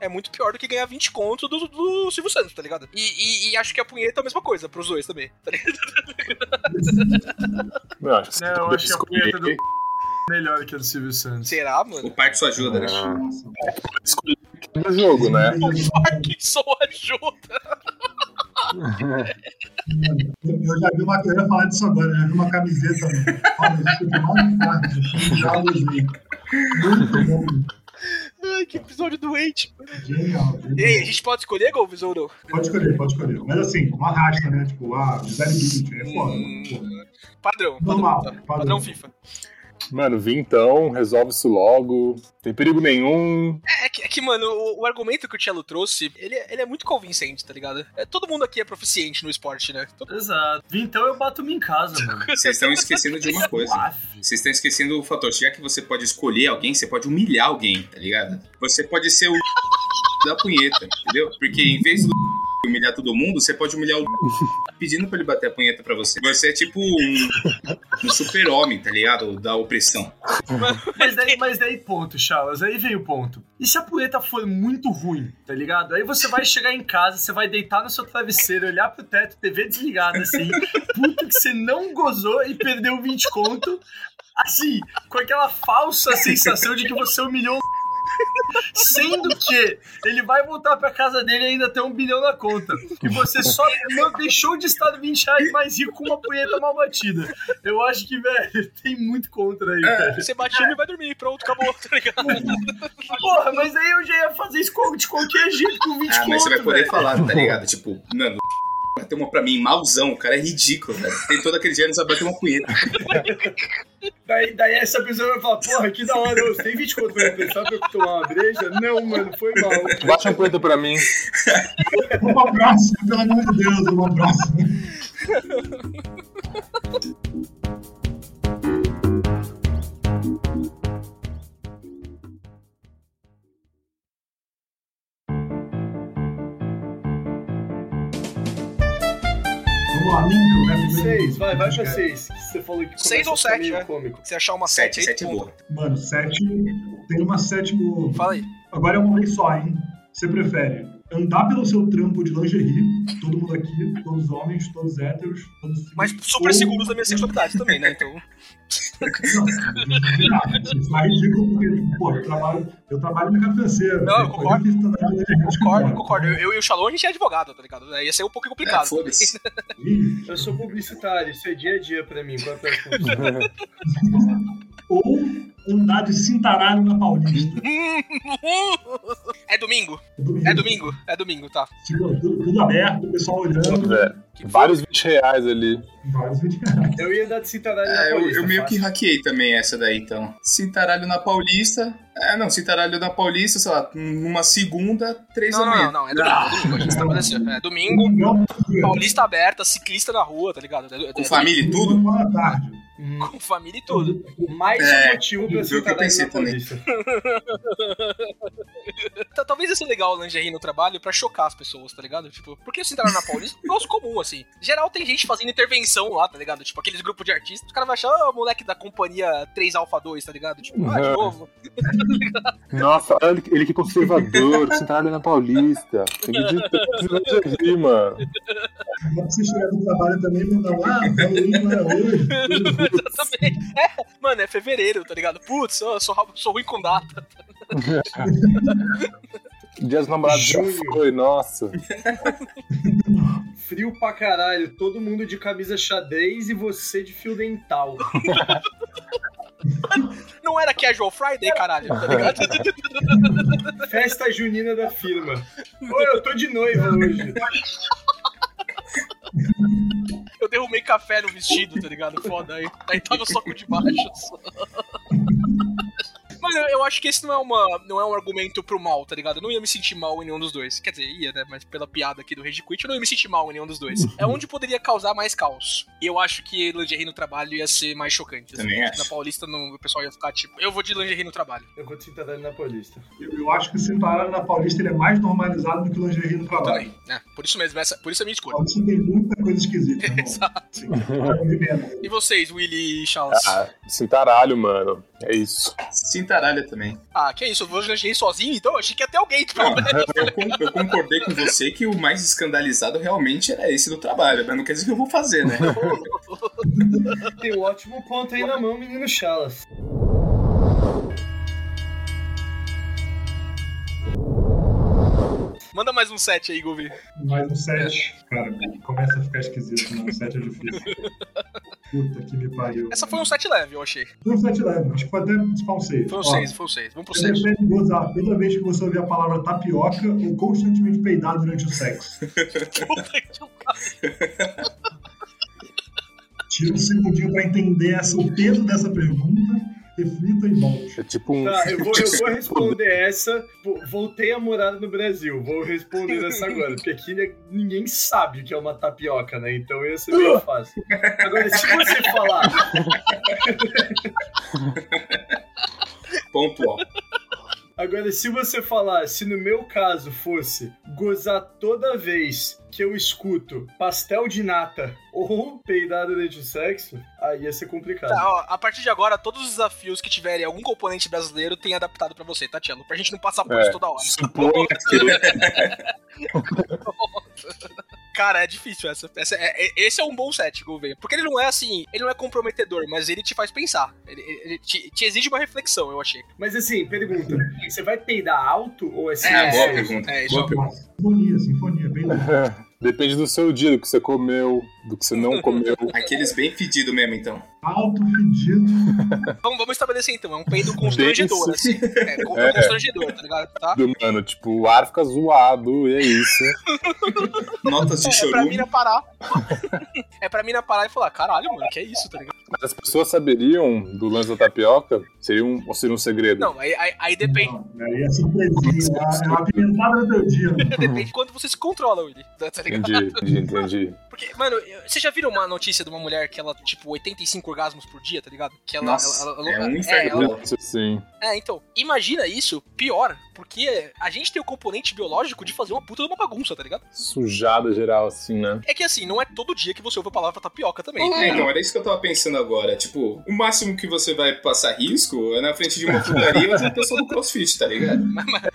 C: É muito pior do que ganhar 20 contos do, do Silvio Santos, tá ligado? E, e- e acho que a punheta é a mesma coisa pros dois também. Tá ligado?
E: eu acho que é você
B: Não, eu
E: pode
B: acho que a
E: escolher,
B: punheta do Melhor que a do Silvio Santos.
C: Será, mano?
F: O pai que só ajuda, né?
D: Nossa,
E: É, escolher cada jogo, né?
C: Parkinson ajuda.
D: Eu já vi uma. Eu ia falar disso agora, eu já vi uma camiseta, mano. Olha, isso é mais tarde. Já usei. Muito bom.
C: Ai, que episódio doente.
D: Genial.
C: E aí, a gente pode escolher, Golves, ou não?
D: Pode escolher, pode escolher. Mas assim, não arrasta, né? Tipo, ah, Gisele Bündchen, é foda.
C: Hum.
D: Pô,
C: Padrão.
D: Normal,
C: Padrão, tá?
D: padrão.
C: padrão FIFA.
E: Mano, vim então, resolve isso logo. Tem perigo nenhum.
C: É que, é que, mano, o, o argumento que o Cello trouxe, ele, é- ele é muito convincente, tá ligado? É, todo mundo aqui é proficiente no esporte, né? Todo...
B: Exato. Então eu bato me em casa, mano.
F: Vocês estão esquecendo de uma coisa.
B: Suave.
F: Vocês estão esquecendo o fator. Já que você pode escolher alguém, você pode humilhar alguém, tá ligado? Você pode ser o da punheta, entendeu? Porque em vez do humilhar todo mundo, você pode humilhar o pedindo pra ele bater a punheta pra você. Você é tipo um, um super-homem, tá ligado? Da opressão.
B: Mas daí, mas daí ponto, Charles. Aí vem o ponto. E se a punheta for muito ruim, tá ligado? Aí você vai chegar em casa, você vai deitar no seu travesseiro, olhar pro teto, TV desligada, assim, puto que você não gozou e perdeu 20 conto. Assim, com aquela falsa sensação de que você humilhou um Sendo que ele vai voltar pra casa dele e ainda tem um bilhão na conta. E você só não deixou de estar 20 reais mais rico com uma punheta mal batida. Eu acho que, velho, tem muito contra aí, velho.
C: Você
F: É.
C: bate uma e vai dormir, pronto, acabou, tá ligado?
B: Porra, mas aí eu já ia fazer isso com- de qualquer jeito com 20
F: Ah, mas você vai
B: conto,
F: poder
B: velho.
F: falar, tá ligado? Tipo, mano, bater uma pra mim, malzão, o cara é ridículo, velho. Tem todo aquele gênero, sabe bater uma punheta.
B: Daí, daí essa pessoa vai falar, porra, que da hora, ô, você tem 20 conto pra eu pensar pra eu tomar uma breja? Não, mano, foi mal.
E: Bate uma punheta pra mim.
D: Uma próxima, Um pelo amor de Deus, um uma próxima. Vamos lá, Minko, né?
B: Seis, vai, vai pra seis. que Você falou que começa
C: Seis ou
B: a ficar
C: sete,
B: meio
C: né?
B: cômico.
C: Você achar uma
F: Sete,
C: sete, aí,
F: sete é
C: ponto.
F: boa.
D: Mano, sete. Tem uma sete boa.
C: Fala aí.
D: Agora é uma vez só, hein? Você prefere andar pelo seu trampo de lingerie, todo mundo aqui, todos homens, todos héteros, todos.
C: Mas super seguros da minha sexualidade também, né? Então.
D: Não, não, isso é ridículo porque, tipo, pô, eu trabalho, eu trabalho no mercado financeiro.
C: Não, eu
D: depois
C: concordo.
D: fiz trabalho de lingerie de
C: Concordo,
D: escritório.
C: concordo. Eu eu e o Shalom, a gente é advogado, tá ligado? Aí Ia ser um pouco
F: Ah,
C: complicado.
F: foda-se.
D: E-
B: Eu sou publicitário, isso é dia a dia pra mim. Qual é a função?
D: Ou andar de cintaralho na Paulista.
C: é domingo? É domingo? É domingo, tá.
D: Tipo, tudo, tudo aberto, o pessoal olhando.
E: Velho, É, Vários 20 reais ali.
D: Vários videogames.
B: Eu ia dar de cintaralho na
F: É, eu,
B: Paulista,
F: eu meio que
B: fácil.
F: hackeei também essa daí, então. Cintaralho na Paulista. É, não, cintaralho na Paulista, sei lá, numa segunda, três
C: Não,
F: da
C: não,
F: manhã.
C: não, não, é domingo.
F: Ah.
C: é domingo, a gente estabeleceu. É domingo,
D: Não,
C: paulista aberta, ciclista na rua, tá ligado? É do- é
F: Com
C: do-
F: família e tudo.
D: Uma da tarde.
C: com família e tudo.
B: Mais
F: É,
B: um motivo pra
F: foi o que eu
B: cintaralho
F: pensei
B: na
F: também.
B: Paulista.
C: Tá- Talvez isso é legal o lingerie no trabalho pra chocar as pessoas, tá ligado? Tipo, porque se entrar na Paulista é um negócio comum, assim. Geral tem gente fazendo intervenção lá, tá ligado? Tipo, aqueles grupos de artistas, o cara vai achar "Ah, o moleque da companhia 3 Alpha 2, tá ligado? Tipo, ah, de novo.
E: Nossa, olha ele que é conservador, Cintaralho na Paulista. Tem que é de lingerie, mano.
D: Dá pra você chegar do trabalho também e mandar lá, ah, Halloween não é hoje.
C: Exatamente. É, mano, é fevereiro, tá ligado? Putz, eu sou, ra- sou ruim com data.
E: Dia dos namorados já
B: Junho.
E: foi, nossa.
B: Frio pra caralho, todo mundo de camisa xadrez e você de fio dental.
C: Não era Casual Friday, caralho, tá ligado?
B: Festa junina da firma. Ô, eu tô de noiva hoje.
C: Eu derrumei café no vestido, tá ligado? Foda aí. Aí tava só com o de baixo. só. Mano, eu- eu acho que esse não é, uma, não é um argumento pro mal, tá ligado? Eu não ia me sentir mal em nenhum dos dois. Quer dizer, ia, né? Mas pela piada aqui do Rage Quit, eu não ia me sentir mal em nenhum dos dois. É onde poderia causar mais caos. E eu acho que lingerie no trabalho ia ser mais chocante. assim.
F: Também acho.
C: Na Paulista, não, o pessoal ia ficar tipo, eu vou de lingerie no trabalho.
B: Eu vou te cintaralho na Paulista.
D: Eu, eu acho que o cintaralho na Paulista ele é mais normalizado do que o lingerie no trabalho.
C: Também, né? Por isso mesmo, essa, por isso é a minha escolha.
D: Paulista tem muita coisa esquisita, irmão. Sim. Sim.
C: E vocês, Willy e Charles? Ah,
E: Ah, Cintaralho, mano. É isso.
F: Cintaralha também.
C: Ah, que é isso? Eu vou de lingerie sozinho? Então eu achei que ia ter alguém, tipo,
F: Não, eu, con- eu concordei com você que o mais escandalizado realmente era esse do trabalho, mas não quer dizer que eu vou fazer, né?
B: Tem um ótimo ponto aí na mão, menino Chalas.
C: Manda mais um set aí, Gouvi.
D: Mas no 7, cara, começa a ficar esquisito, né? O 7 é difícil. Puta que me pariu.
C: Essa foi um set leve, eu achei.
D: Foi um 7 leve, acho que foi até principal um 6.
C: Foi um 6, foi um 6. Vamos pro
D: Você
C: 6.
D: deve gozar toda vez que você ouvir a palavra tapioca ou constantemente peidar durante o sexo. Tira um segundinho pra entender essa- o peso dessa pergunta, reflita e volte.
E: É tipo um.
B: Tá, eu vou, eu vou responder essa. Vo- Voltei a morar no Brasil. Vou responder essa agora. Porque aqui né, ninguém sabe o que é uma tapioca, né? Então ia ser bem fácil. Agora, se você falar,
F: Pontual.
B: agora, se você falar, se no meu caso fosse gozar toda vez que eu escuto pastel de nata ou peidar durante o sexo, aí ia ser complicado.
C: Tá, ó, a partir de agora, todos os desafios que tiverem algum componente brasileiro tem adaptado pra você, Tatiano. Pra gente não passar por isso
E: É.
C: toda hora.
E: Suponha que.
C: Cara, é difícil essa. Essa- é- é- esse é um bom set, Gouveia. Porque ele não é assim, ele não é comprometedor, mas ele te faz pensar. Ele, ele- ele te, te exige uma reflexão, eu achei.
B: Mas assim, pergunta: você vai peidar alto ou é
F: É, boa
B: silencioso?
F: pergunta.
C: É, isso
F: boa
C: é
F: pergunta.
D: Sinfonia, sinfonia, bem louco.
E: Depende do seu dia, do que você comeu, do que você não comeu.
F: Aqueles bem fedidos mesmo, então.
D: Alto, fedido.
C: Vamos, vamos estabelecer então, é um peido constrangedor, assim. É, con-
E: É.
C: constrangedor, tá ligado? Tá?
E: Do, mano, tipo, o ar fica zoado, e é isso.
F: Notas de
C: É pra
F: chorume.
C: mina parar. é pra mina parar e falar, caralho, mano, que é isso, tá ligado?
E: Mas as pessoas saberiam do lance da tapioca? Seria um, ou seria um segredo?
C: Não, aí, aí- aí depende.
D: Não, Aí é surpresinha, é uma pimentada do teu dia. né?
C: Depende
F: Uhum.
C: de quanto você se controla, Willy. Tá tá ligado?
E: Entendi, entendi, entendi.
C: Porque, mano, eu- vocês já viram uma notícia de uma mulher que ela, tipo, 85 orgasmos por dia, tá ligado? Que ela,
F: Nossa,
C: ela- ela-
F: é
C: ela-
F: um inferno.
C: ela-
E: Isso sim.
C: é, então, imagina isso, pior, porque a gente tem o componente biológico de fazer uma puta de uma bagunça, tá ligado?
E: Sujada geral, assim, né?
C: É que assim, não é todo dia que você ouve a palavra tapioca também.
F: É, então, era isso que eu tava pensando agora. Tipo, o máximo que você vai passar risco é na frente de uma putaria ou de uma pessoa do crossfit, tá ligado?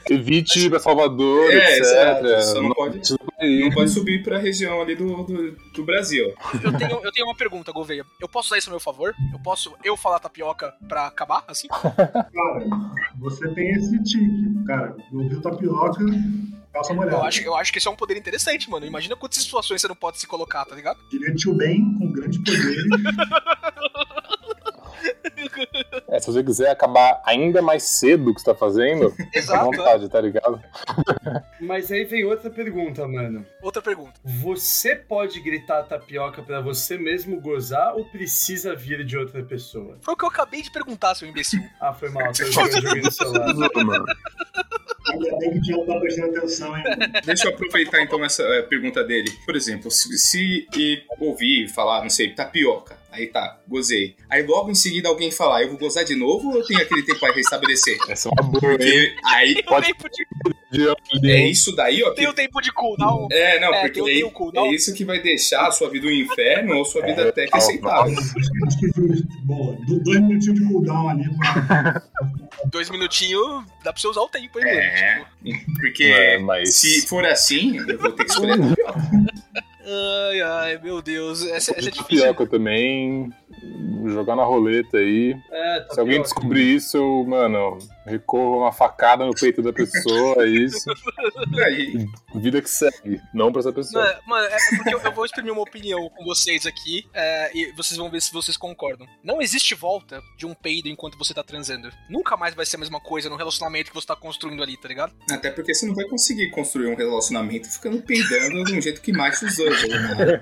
E: Evite ir pra Salvador,
F: É,
E: etc.
F: exato, só não pode-
E: isso
F: Não
E: aí.
F: pode subir pra região ali do, do, do Brasil.
C: Então, Eu tenho, eu tenho uma pergunta, Gouveia. Eu posso usar isso a meu favor? Eu posso eu falar tapioca pra acabar, assim?
D: Cara, você tem esse tique, cara. Ouviu tapioca, calça molhada.
C: Eu acho, eu acho que isso é um poder interessante, mano. Imagina quantas situações você não pode se colocar, tá ligado?
D: Direito de bem, com grandes poderes.
E: É, se você quiser acabar ainda mais cedo o que você tá fazendo, fica à
C: Exato. é.
E: vontade, tá ligado?
B: Mas aí vem outra pergunta, mano.
C: Outra pergunta.
B: Você pode gritar tapioca pra você mesmo gozar ou precisa vir de outra pessoa?
C: Foi o que eu acabei de perguntar, seu imbecil.
B: Ah, foi mal, foi mal, eu joguei no celular.
E: Mano,
D: Ainda bem que o Thiago tá prestando atenção, hein?
F: Deixa eu aproveitar então essa eh, pergunta dele. Por exemplo, se, se e ouvir falar, não sei, tapioca, aí tá, gozei. Aí logo em seguida alguém falar, eu vou gozar de novo ou eu tenho aquele tempo para restabelecer?
E: essa é uma boa, hein?
F: Porque aí
C: Tem o
E: Pode-
C: tempo de,
F: é isso daí, ó. que-
C: tem o tempo de cooldown.
F: É, não,
C: É,
F: porque
C: tem o
F: aí,
C: teu cu, não.
F: é isso que vai deixar a sua vida um inferno ou sua vida até
E: É,
F: que
E: não,
F: aceitável.
D: Acho que justo. Boa. Do- Dois minutinhos de cooldown ali. pra-
C: Dois minutinhos, dá pra você usar o tempo, hein,
F: É.
C: mano? Tipo,
F: Porque
E: É, mas-
F: se for assim, eu vou ter que escolher a tapioca.
C: ai, ai, meu Deus. Essa, essa é
E: De
C: difícil.
E: tapioca também. Jogar na roleta aí.
B: É, tapioca.
E: Se alguém descobrir isso, eu, mano, recorro a uma facada no peito da pessoa, é isso.
F: Aí,
E: Vida que segue, não pra essa pessoa.
C: Mano, mano, é porque eu, eu vou exprimir uma opinião com vocês aqui é, e vocês vão ver se vocês concordam. Não existe volta de um peido enquanto você tá transando. Nunca mais vai ser a mesma coisa no relacionamento que você tá construindo ali, tá ligado?
F: Até porque você não vai conseguir construir um relacionamento ficando peidando de um jeito que mate os anjos. né?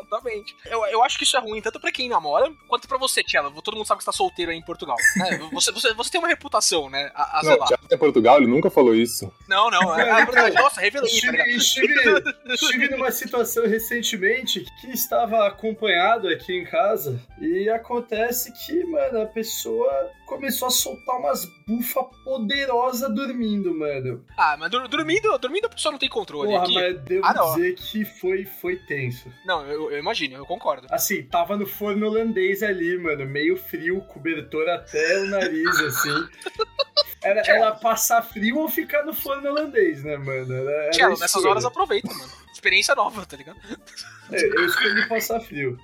C: Exatamente. Eu, eu acho que isso é ruim tanto pra quem namora quanto pra você, Tchela. Todo mundo sabe que você tá solteiro aí em Portugal. né? você, você, você tem uma reputação, né? A, a
E: Não,
C: zelar.
E: Thiago tá em Portugal, ele nunca falou isso.
C: Não, não. É, é verdade. Nossa, revelei, tá ligado?
B: Estive, estive, estive numa situação recentemente que estava acompanhado aqui em casa e acontece que, mano, a pessoa começou a soltar umas bufa poderosa dormindo, mano.
C: Ah, mas dur- dormindo, dormindo a pessoa não tem controle.
B: Porra,
C: aqui.
B: mas devo
C: Ah, não.
B: dizer que foi, foi tenso.
C: Não, eu, eu imagino, eu concordo.
B: Assim, tava no forno holandês ali, mano, meio frio, cobertor até o nariz, assim. Era, era passar frio ou ficar no forno holandês, né, mano? Era,
F: É
B: era
C: Tchela,
B: isso,
C: nessas
B: né?
C: horas aproveita, mano. Experiência nova, tá ligado?
B: É, Eu eu escolhi passar frio.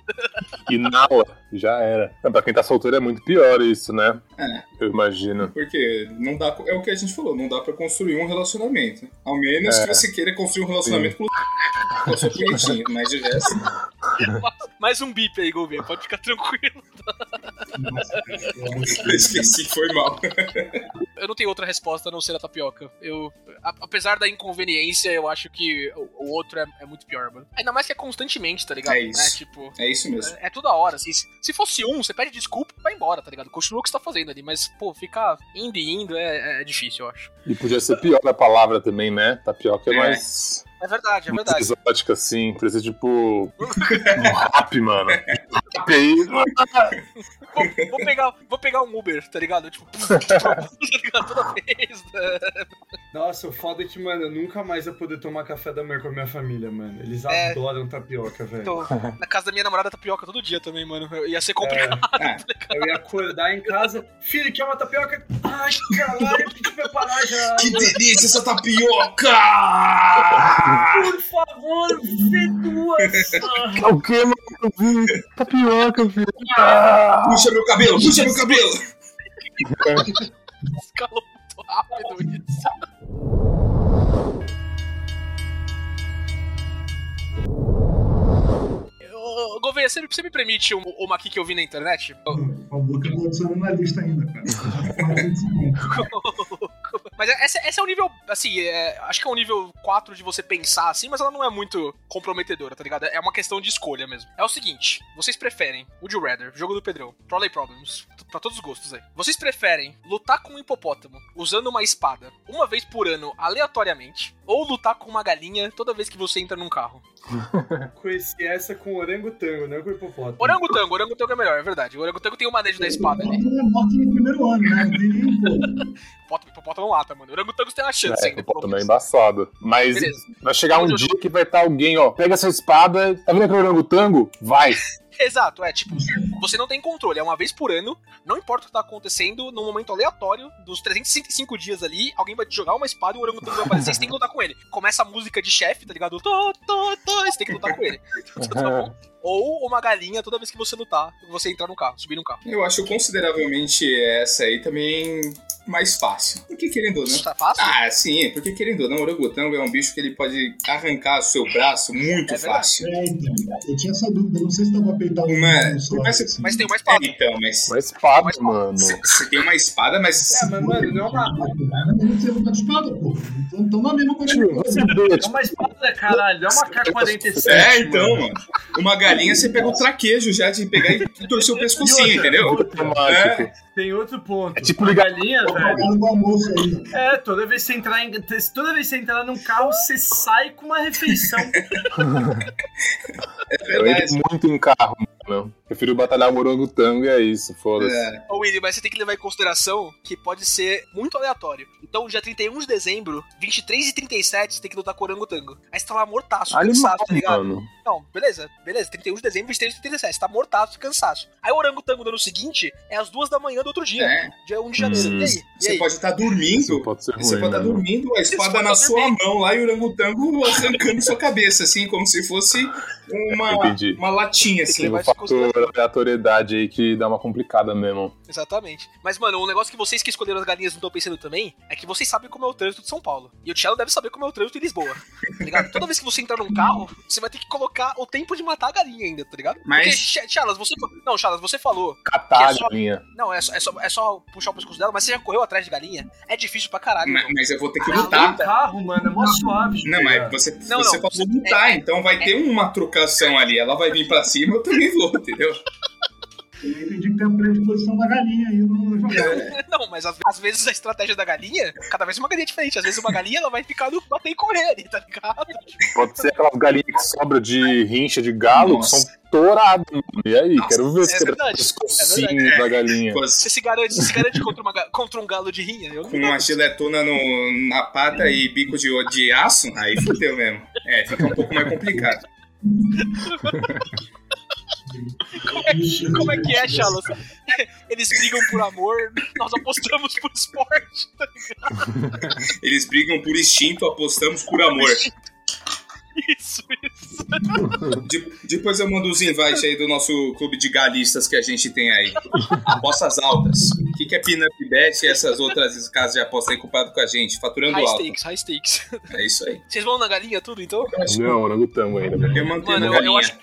E: E na hora, já era. Não, pra quem tá solteiro é muito pior isso, né?
F: É.
E: Eu imagino.
F: Porque não dá, é o que a gente falou, não dá pra construir um relacionamento. Ao menos
E: É.
F: que você queira construir um relacionamento com com a sua punhetinha, mas de resto.
C: Mais um bip aí, Gouveia, pode ficar tranquilo.
D: Nossa, cara, pelo amor de Deus.
F: Eu esqueci que foi mal.
C: Eu não tenho outra resposta a não ser a tapioca. Eu, a- apesar da inconveniência, eu acho que o, o outro é, é muito pior, mano. Ainda mais que é constantemente, tá ligado?
F: É isso.
C: Né? Tipo,
F: É isso mesmo.
C: é, é toda hora. assim. se, se fosse um, você pede desculpa e vai embora, tá ligado? Continua o que você tá fazendo ali, mas, pô, ficar indo e indo é, é difícil, eu acho.
E: E podia ser pior a palavra também, né? Tapioca é,
F: É.
E: mais,
C: É verdade, é
E: mais
C: verdade.
E: exótica, assim. Precisa, tipo, um rap, mano. Um Rap aí.
C: Vou, vou pegar, vou pegar um Uber, tá ligado? Tipo, tá ligado? Toda vez. né?
B: Nossa, o foda é que, mano, eu nunca mais vou poder tomar café da manhã com a minha família, mano. Eles
C: É.
B: adoram tapioca, velho.
C: Tô na casa da minha namorada tapioca todo dia também, mano. Eu- Ia ser complicado.
B: É, eu ia acordar em casa. Filho, quer uma tapioca? Ai, caralho, tem que preparar já.
F: Que delícia essa tapioca!
B: Por favor, vê duas.
E: O que, mano? Tapioca, filho.
F: Puxa meu cabelo, puxa meu cabelo!
C: Escalou muito rápido isso. Ô, Gouveia, você, você me permite um- uma aqui que eu vi na internet?
D: O Boca não adicionou na lista ainda, cara. Já tá 45 segundos.
C: Mas essa, essa é o nível, assim, é, acho que é o nível 4 de você pensar assim, mas ela não é muito comprometedora, tá ligado? É uma questão de escolha mesmo. É o seguinte: vocês preferem Would You Rather, jogo do Pedrão, Trolley Problems, t- pra todos os gostos aí. Vocês preferem lutar com um hipopótamo usando uma espada uma vez por ano aleatoriamente, ou lutar com uma galinha toda vez que você entra num carro?
B: Conheci essa com orangotango, não com hipopótamo.
C: Orangotango, orangotango é melhor, é verdade. O orangotango tem o manejo da espada ali.
D: Morte é morte no primeiro ano, né? Não tem nem, pô.
C: Hipopótamo, hipopótamo lata, mano. Orangotangos tem uma chance
E: É,
C: ainda.
E: o
C: pelo
E: Pokémon é
C: menos.
E: embaçado. Mas
C: Assim, Beleza.
E: vai chegar um
C: Onde eu
E: dia que vai estar alguém, ó. Pega sua espada, tá vendo aquele orangotango? Vai!
C: Exato, é tipo, você não tem controle, é uma vez por ano, não importa o que tá acontecendo, num momento aleatório, dos 365 dias ali, alguém vai te jogar uma espada e o orangotango vai aparecer, você tem que lutar com ele. Começa a música de chefe, tá ligado? Tô, tô, tô, você tem que lutar com ele. Tá bom? Ou uma galinha toda vez que você lutar, você entrar no carro, subir no carro.
F: Eu acho consideravelmente essa aí também mais fácil. Porque querendo ou não.
C: Isso tá fácil?
F: Ah, sim, porque querendo ou não, o orangotango é um bicho que ele pode arrancar o seu braço muito
C: É verdade.
F: fácil.
D: É, então. Eu tinha essa dúvida, não sei se tava peitado
F: Mano,
D: no celular,
F: começa-
D: assim.
C: é. Mas tem uma espada.
F: É, então, mas
E: Uma espada, mano.
F: você tem uma espada, mas
B: É, mas, mano, não é uma,
D: Não sei lutar de espada, pô. Então, então não é a mesma coisa.
E: Tio, você vê,
B: é
E: tipo,
B: uma espada, caralho, não é uma K-47.
F: É,
B: mano.
F: então, mano. Uma galinha você pega o traquejo já de pegar e torcer o pescocinho,
B: E outra,
F: É, entendeu?
E: automático.
B: Tem outro ponto.
E: É tipo
B: a
E: ligar-
B: galinha, velho.
D: Cara do almoço aí.
B: É, toda vez que você entrar em, toda vez que você entrar num carro, você sai com uma refeição.
F: É
E: Eu
F: verdade.
E: entro muito em carro, mano. Prefiro batalhar um orangotango e é isso, foda-se.
F: É.
C: Ô, Willy, mas você tem que levar em consideração que pode ser muito aleatório. Então, dia 31 de dezembro, 23 e 37, você tem que lutar com o orangotango. Aí você tá lá mortaço,
E: Animal,
C: cansado, tá ligado?
E: mano.
C: Não, beleza, beleza. 31 de dezembro, 23 de 37. Você tá mortado, de cansaço. Aí o orangotango do ano seguinte é às duas da manhã do outro dia,
F: É.
C: dia 1 de janeiro.
E: Hum.
C: E aí? E
F: Você
C: aí?
F: pode estar
E: Isso
F: dormindo.
E: pode ser ruim,
F: Você pode estar
E: mano.
F: dormindo, a espada na sua mão lá e o orangotango arrancando sua cabeça, assim, como se fosse uma,
E: Entendi.
F: uma
E: Tem
F: latinha, assim.
E: um
C: Vai se
E: fator aleatoriedade aí que dá uma complicada mesmo.
C: Exatamente. Mas, mano, um negócio que vocês que escolheram as galinhas não estão pensando também é que vocês sabem como é o trânsito de São Paulo. E o Tchelo deve saber como é o trânsito de Lisboa. Tá ligado? Toda vez que você entrar num carro, você vai ter que colocar o tempo de matar a galinha ainda, tá ligado?
F: Mas-
C: Porque, Ch- Chalas, você. fa- Não, Chalas, você falou
E: Catar
C: Que é só-
E: a galinha.
C: Não, é só, é só, é só puxar o pescoço dela, mas você já correu atrás de galinha? É difícil pra caralho.
F: Ma-
C: mano.
F: Mas eu vou ter que
C: Não,
B: Tá.
F: lutar.
B: carro, mano, é mó suave. de
F: Não,
B: pegar.
F: mas você,
C: Não, é,
F: você
C: não.
F: pode lutar, então vai ter uma trocação ali. Ela vai vir pra cima, eu também vou, entendeu?
D: Eu entendi que tem a predisposição da galinha aí no jogada.
C: Não, mas às, às vezes a estratégia da galinha, cada vez é uma galinha diferente. Às vezes uma galinha ela vai ficar no bater e correr ali, tá ligado?
E: Pode ser aquelas galinhas que sobram de rincha de galo,
F: Nossa.
E: que são touradas. mano. E aí,
F: Nossa,
E: quero ver
C: é
E: se quebra o
C: verdade, é
E: pescocinho da galinha.
C: Você se garante, se garante contra, uma ga- contra um galo de rinha? Eu não
F: com uma giletona no, na pata e bico de, de aço, aí fudeu mesmo. É, fica um pouco mais complicado.
C: Como é que, como é, que é, Chalas? Eles brigam por amor, nós apostamos por esporte.
F: Eles brigam por instinto, apostamos por amor.
C: Isso, isso.
F: De- depois eu mando os invites aí do nosso clube de galistas que a gente tem aí. Apostas altas. O que, que é Pinup Bet e essas outras casas de aposta aí culpado com a gente? Faturando
C: High
F: alto.
C: stakes, high stakes.
F: É isso aí.
C: Vocês vão na galinha tudo, então?
E: Não, orangotango ainda, velho.
F: Eu mantenho
C: Mano,
F: a
C: eu- eu
F: galinha.
C: acho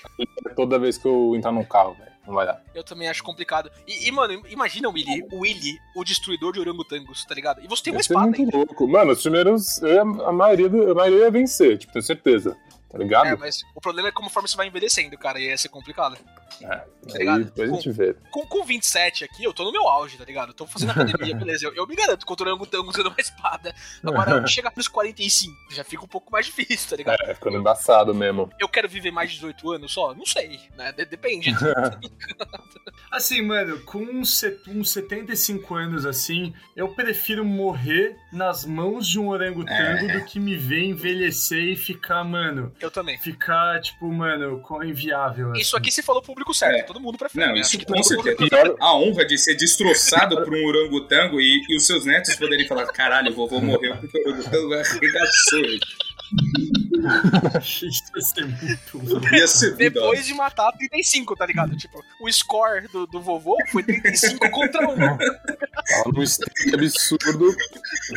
E: Toda vez que eu entrar num carro, velho. Não vai dar.
C: Eu também acho complicado. E, e, mano, imagina o Willy, o Willy, o destruidor de orangotangos, tá ligado? E você tem uma
E: Ia ser
C: espada
E: muito
C: ainda.
E: louco. Mano, os primeiros, eu ia- a maioria, do- a maioria ia vencer, tipo, tenho certeza. Tá ligado?
C: É, mas o problema é que conforme você vai envelhecendo, cara, e ia ser complicado. tá
E: Aí
C: ligado?
E: depois a gente vê.
C: Com, com 27 aqui, eu tô no meu auge, tá ligado? Eu tô fazendo academia, beleza. Eu, eu me garanto contra o orangotango usando uma espada. Agora, chegar pros 45, já fica um pouco mais difícil, tá ligado?
E: É, ficando embaçado mesmo.
C: Eu quero viver mais de 18 anos só? Não sei, né? De- depende.
B: Assim, mano, com uns set- uns 75 anos assim, eu prefiro morrer nas mãos de um orangotango
F: É.
B: do que me ver envelhecer e ficar, mano,
C: Eu também.
B: ficar, tipo, mano, co- inviável. assim.
C: Isso aqui se falou público certo,
F: É.
C: todo mundo prefere.
F: Não,
C: né?
F: isso
C: Acho que
F: com
C: todo mundo-
F: certeza.
E: Pior-
F: A honra de ser destroçado por um orangotango e, e os seus netos poderem falar: caralho, o vovô morreu porque o orangotango é arregaçou ele.
B: Isso ia ser muito louco.
F: Ia ser vida, ó.
C: Depois de matar 35, tá ligado? Tipo, o score do, do vovô foi 35 contra 1.
E: Tava num streak absurdo.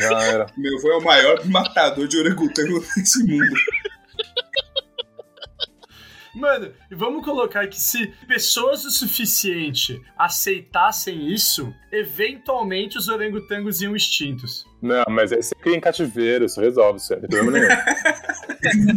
E: Já era.
F: Meu avô é o maior matador de orangotango desse mundo.
B: Mano, e vamos colocar que se pessoas o suficiente aceitassem isso, eventualmente os orangotangos iam extintos.
E: Não, mas aí você cria em cativeiro, isso resolve, isso não tem problema nenhum.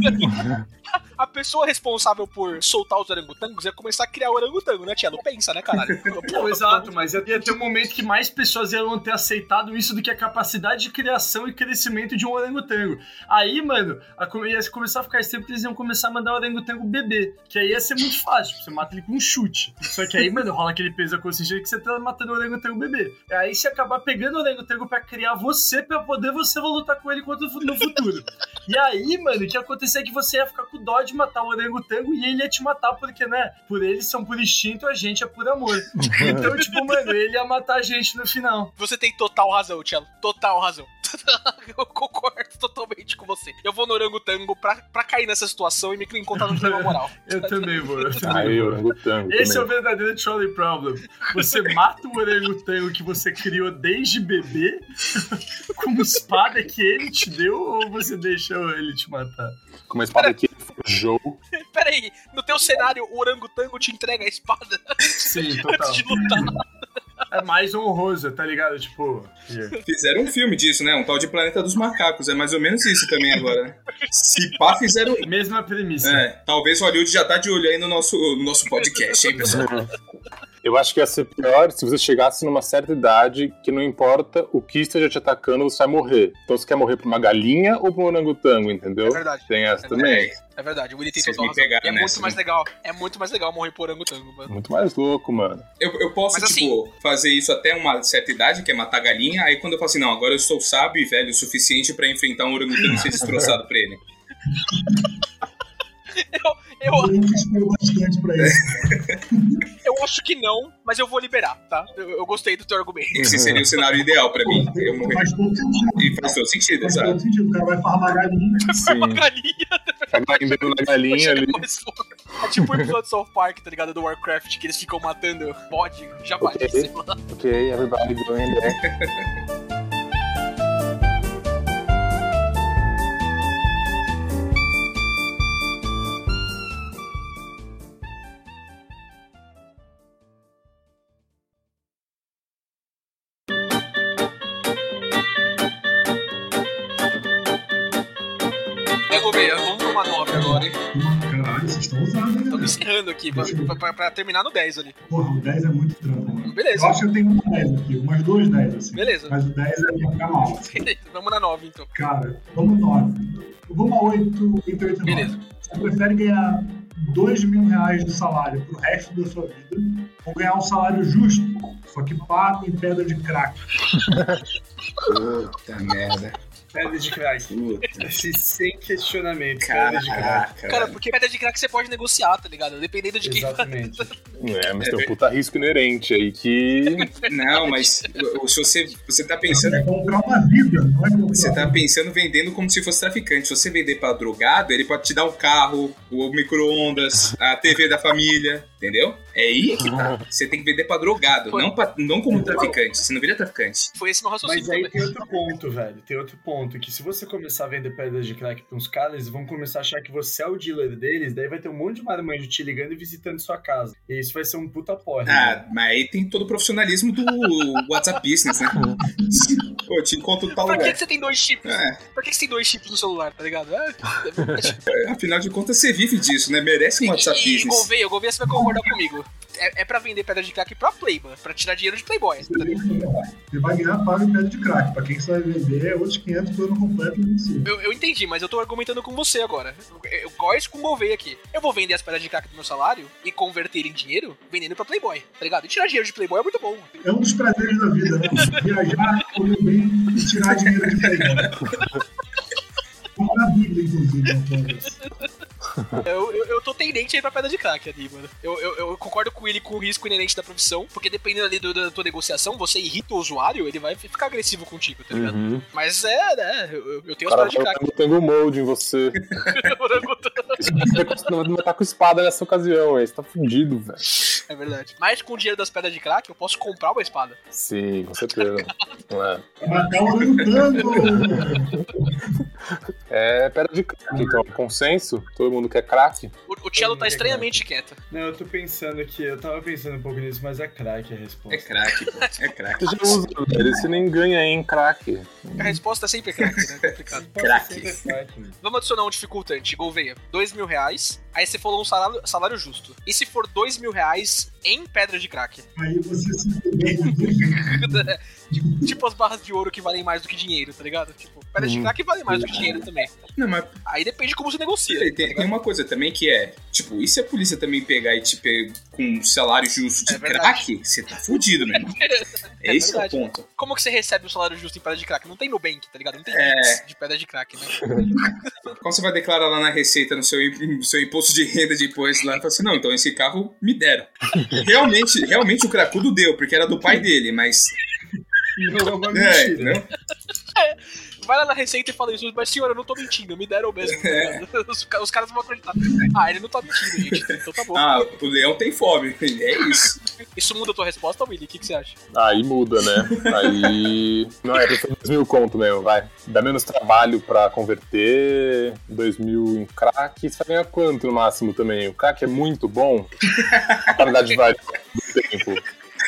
C: A pessoa responsável por soltar os orangotangos ia começar a criar orangotango, né, Tielo? Pensa, né, caralho?
B: Não, exato, mas ia ter um momento que mais pessoas iam ter aceitado isso do que a capacidade de criação e crescimento de um orangotango. Aí, mano, a, co- ia começar a ficar estranho porque eles iam começar a mandar o orangotango beber, que aí ia ser muito fácil, tipo, você mata ele com um chute. Só que aí, mano, rola aquele peso da consciência que você tá matando o orangotango bebê. E aí você acabar pegando o orangotango pra criar você, pra poder você lutar com ele contra, o fu- no futuro. E aí, mano, o que ia acontecer é que você ia ficar com dó de matar o orangotango e ele ia te matar, porque, né? Por eles são por instinto, a gente é por amor. Então, tipo, mano, ele ia matar a gente no final.
C: Você tem total razão, Tielo. Total razão. Eu concordo totalmente com você. Eu vou no orangotango pra, pra cair nessa situação e me encontrar no dilema moral.
B: Eu também vou, eu também
E: Aí,
B: vou.
E: orangotango.
B: Esse é o
E: também.
B: verdadeiro trolley problem. Você mata o orangotango que você criou desde bebê com uma espada que ele te deu ou você deixa ele te matar?
E: Com uma espada que forjou.
C: Pera aí, no teu cenário, o orangotango te entrega a espada
B: Sim, total.
C: antes de lutar.
B: É mais honroso, tá ligado? Tipo,
F: Fizeram um filme disso, né? Um tal de Planeta dos Macacos. É mais ou menos isso também agora, né? Se pá, fizeram.
B: mesma premissa.
F: É, talvez o Hollywood já tá de olho aí no nosso, no nosso podcast, hein, pessoal?
E: Eu acho que ia ser pior se você chegasse numa certa idade que não importa o que esteja te atacando, você vai morrer. Então você quer morrer pra uma galinha ou pra um orangotango, entendeu?
C: verdade.
E: Tem essa
C: É
E: também.
C: É verdade, o Willy tem
F: Vocês
C: total
F: me
C: razão.
F: pegaram
C: É
F: nessa,
C: muito mais
F: né?
C: legal. É muito mais legal morrer por orangotango, mano.
E: Muito mais louco, mano.
F: Eu, eu posso,
C: Mas assim-
F: tipo, fazer isso até uma certa idade, que é matar galinha, aí quando eu falo assim, não, agora eu sou sábio e velho o suficiente pra enfrentar um orangotango e ser destroçado pra ele.
C: Eu,
D: O Luke esperou bastante pra isso.
C: eu acho que não, mas eu vou liberar, tá? Eu, eu gostei do teu argumento.
F: Esse seria o cenário ideal pra mim. Eu morrer.
D: Faz todo sentido.
F: E faz todo sentido,
D: Faz
F: sabe?
D: todo sentido. O cara vai farmar galinha.
E: Sim.
C: É Uma galinha,
E: Tá indo na galinha ali.
C: chega mais longe. É tipo o episódio do South Park, tá ligado? Do Warcraft, que eles ficam matando bode, javali,
E: Ok.
C: sei lá.
E: Ok, everybody going there.
C: Pega o meio, vamos pra uma nova agora, hein?
D: Caralho, vocês estão usando, né?
C: Estamos
D: velho?
C: encerrando aqui, pra, pra- pra- pra terminar no 10 ali.
D: Porra, o 10 é muito trampo, mano. Eu
C: Beleza,
D: acho que eu tenho um 10 aqui, umas duas 10, assim.
C: Beleza.
D: Mas o 10 é minha camada.
C: beleza. Vamos na 9, então.
D: Cara, vamos 9. Eu vou uma 8 entre 8 e 9.
C: Beleza.
D: Você prefere ganhar 2 mil reais de salário pro resto da sua vida ou ganhar um salário justo, só que pago em pedra de crack?
F: Puta merda.
B: Pedra é de crack.
F: Puta.
B: Esse sem questionamento. Pedra de crack.
F: Caraca.
C: Cara,
F: velho.
C: porque pedra de crack você pode negociar, tá ligado? Dependendo de quem.
B: Exatamente.
E: É, mas tem um puta risco inerente aí que.
F: Não, mas o- o- se você, você tá pensando.
D: É comprar uma vida, não é comprar
F: Você tá pensando vendendo como se fosse traficante. Se você vender pra drogado, ele pode te dar o carro, o micro-ondas, a TV da família, entendeu? É aí que tá. Você tem que vender pra drogado, não, pra- não como traficante. Você não vira traficante.
C: Foi esse meu raciocínio
B: Mas aí
C: também.
B: tem outro ponto, velho. Tem outro ponto. Que se você começar a vender pedras de crack pra uns caras, eles vão começar a achar que você é o dealer deles, daí vai ter um monte de marmanjo te ligando e visitando sua casa. E isso vai ser um puta porra.
F: Ah, mas aí tem todo o profissionalismo do WhatsApp Business, né? Pô, te encontro
B: um
F: em tal
C: Pra que
F: lugar.
C: que você tem dois chips?
F: É,
C: Pra que que você tem dois chips no celular, tá ligado? É,
F: afinal de contas, você vive disso, né? Merece um WhatsApp
C: E, e
F: Business.
C: Gouveia, Gouveia, você vai concordar comigo. É, é pra vender pedra de crack pra Playboy, pra tirar dinheiro de Playboy. tá ligado?
D: Você vai ganhar pago em pedra de crack. Pra quem você vai vender, é outros 500 por ano completo e 25.
C: Eu, eu entendi, mas eu tô argumentando com você agora. Eu, eu gosto com o Gouveia aqui. Eu vou vender as pedras de crack do meu salário e converter em dinheiro vendendo pra Playboy, tá ligado? E tirar dinheiro de Playboy é muito bom.
D: É um dos prazeres da vida, né? Viajar, comer bem e tirar dinheiro de pedra. Comprar Bíblia, inclusive, né, não pode.
C: Eu, eu, eu tô tendente a ir pra pedra de crack ali, mano. Eu, eu, eu concordo com ele com o risco inerente da profissão, porque dependendo ali do- da tua negociação, você irrita o usuário, ele vai ficar agressivo contigo, tá ligado? Mas é, né? Eu, eu
E: O
C: tenho as
E: Uhum. cara
C: pedras de
E: vai
C: crack.
E: botando um molde em você. Você não vai tá com espada nessa ocasião, aí você tá fudido, velho.
C: É verdade. Mas com o dinheiro das pedras de crack, eu posso comprar uma espada.
E: Sim, com certeza. Não é.
D: Matar o orangotango!
E: É pedra de crack, então. Consenso? é Todo mundo quer crack?
C: O- O cello tá estranhamente quieto.
B: Não, eu tô pensando aqui, eu tava pensando um pouco nisso, mas é crack a resposta.
F: É craque, pô. É craque.
E: Você já usa, velho. Você nem ganha em crack.
C: A resposta é sempre crack, né? É complicado.
F: Crack.
B: Sempre é crack, mano.
C: Vamos adicionar um dificultante, Gouveia. Dois mil reais. Aí você falou um salário, salário justo. E se for dois mil reais em pedra de crack?
D: Aí você se né? entendeu.
C: tipo, tipo as barras de ouro que valem mais do que dinheiro, tá ligado? Tipo,
F: Hum.
C: pedra de crack vale mais do que dinheiro também.
F: Não, mas
C: Aí depende de como você negocia.
F: Tem, tem- tem uma coisa também que é, tipo, e se a polícia também pegar e te pegar com um salário justo de
C: É verdade.
F: craque, você tá fudido, meu irmão. É esse que é o
C: verdade.
F: ponto.
C: Como que você recebe o salário justo em pedra de crack? Não tem Nubank, tá ligado? Não tem
F: É.
C: Pix de pedra de crack, né?
F: Quando você vai declarar lá na receita, no seu, im- no seu imposto de renda de imposto lá, fala assim, não, então esse carro me deram. Realmente, realmente o cracudo deu, porque era do pai dele, mas...
B: Não é uma
F: É,
B: mentira.
F: entendeu?
C: Vai lá na receita e fala isso, mas senhora, eu não tô mentindo, me deram mesmo. tá
F: É.
C: ligado? Os, ca- os caras vão acreditar. Ah, ele não tá mentindo, gente. Então tá bom.
F: Ah, o leão tem fome, é isso.
C: Isso muda a tua resposta, Willy? O que, que você acha?
E: Aí muda, né? Aí. Não, é pra ser 2 mil conto mesmo, vai. Dá menos trabalho pra converter, 2 mil em crack. Você vai ganhar quanto no máximo também? O crack é muito bom, a qualidade varia do tempo.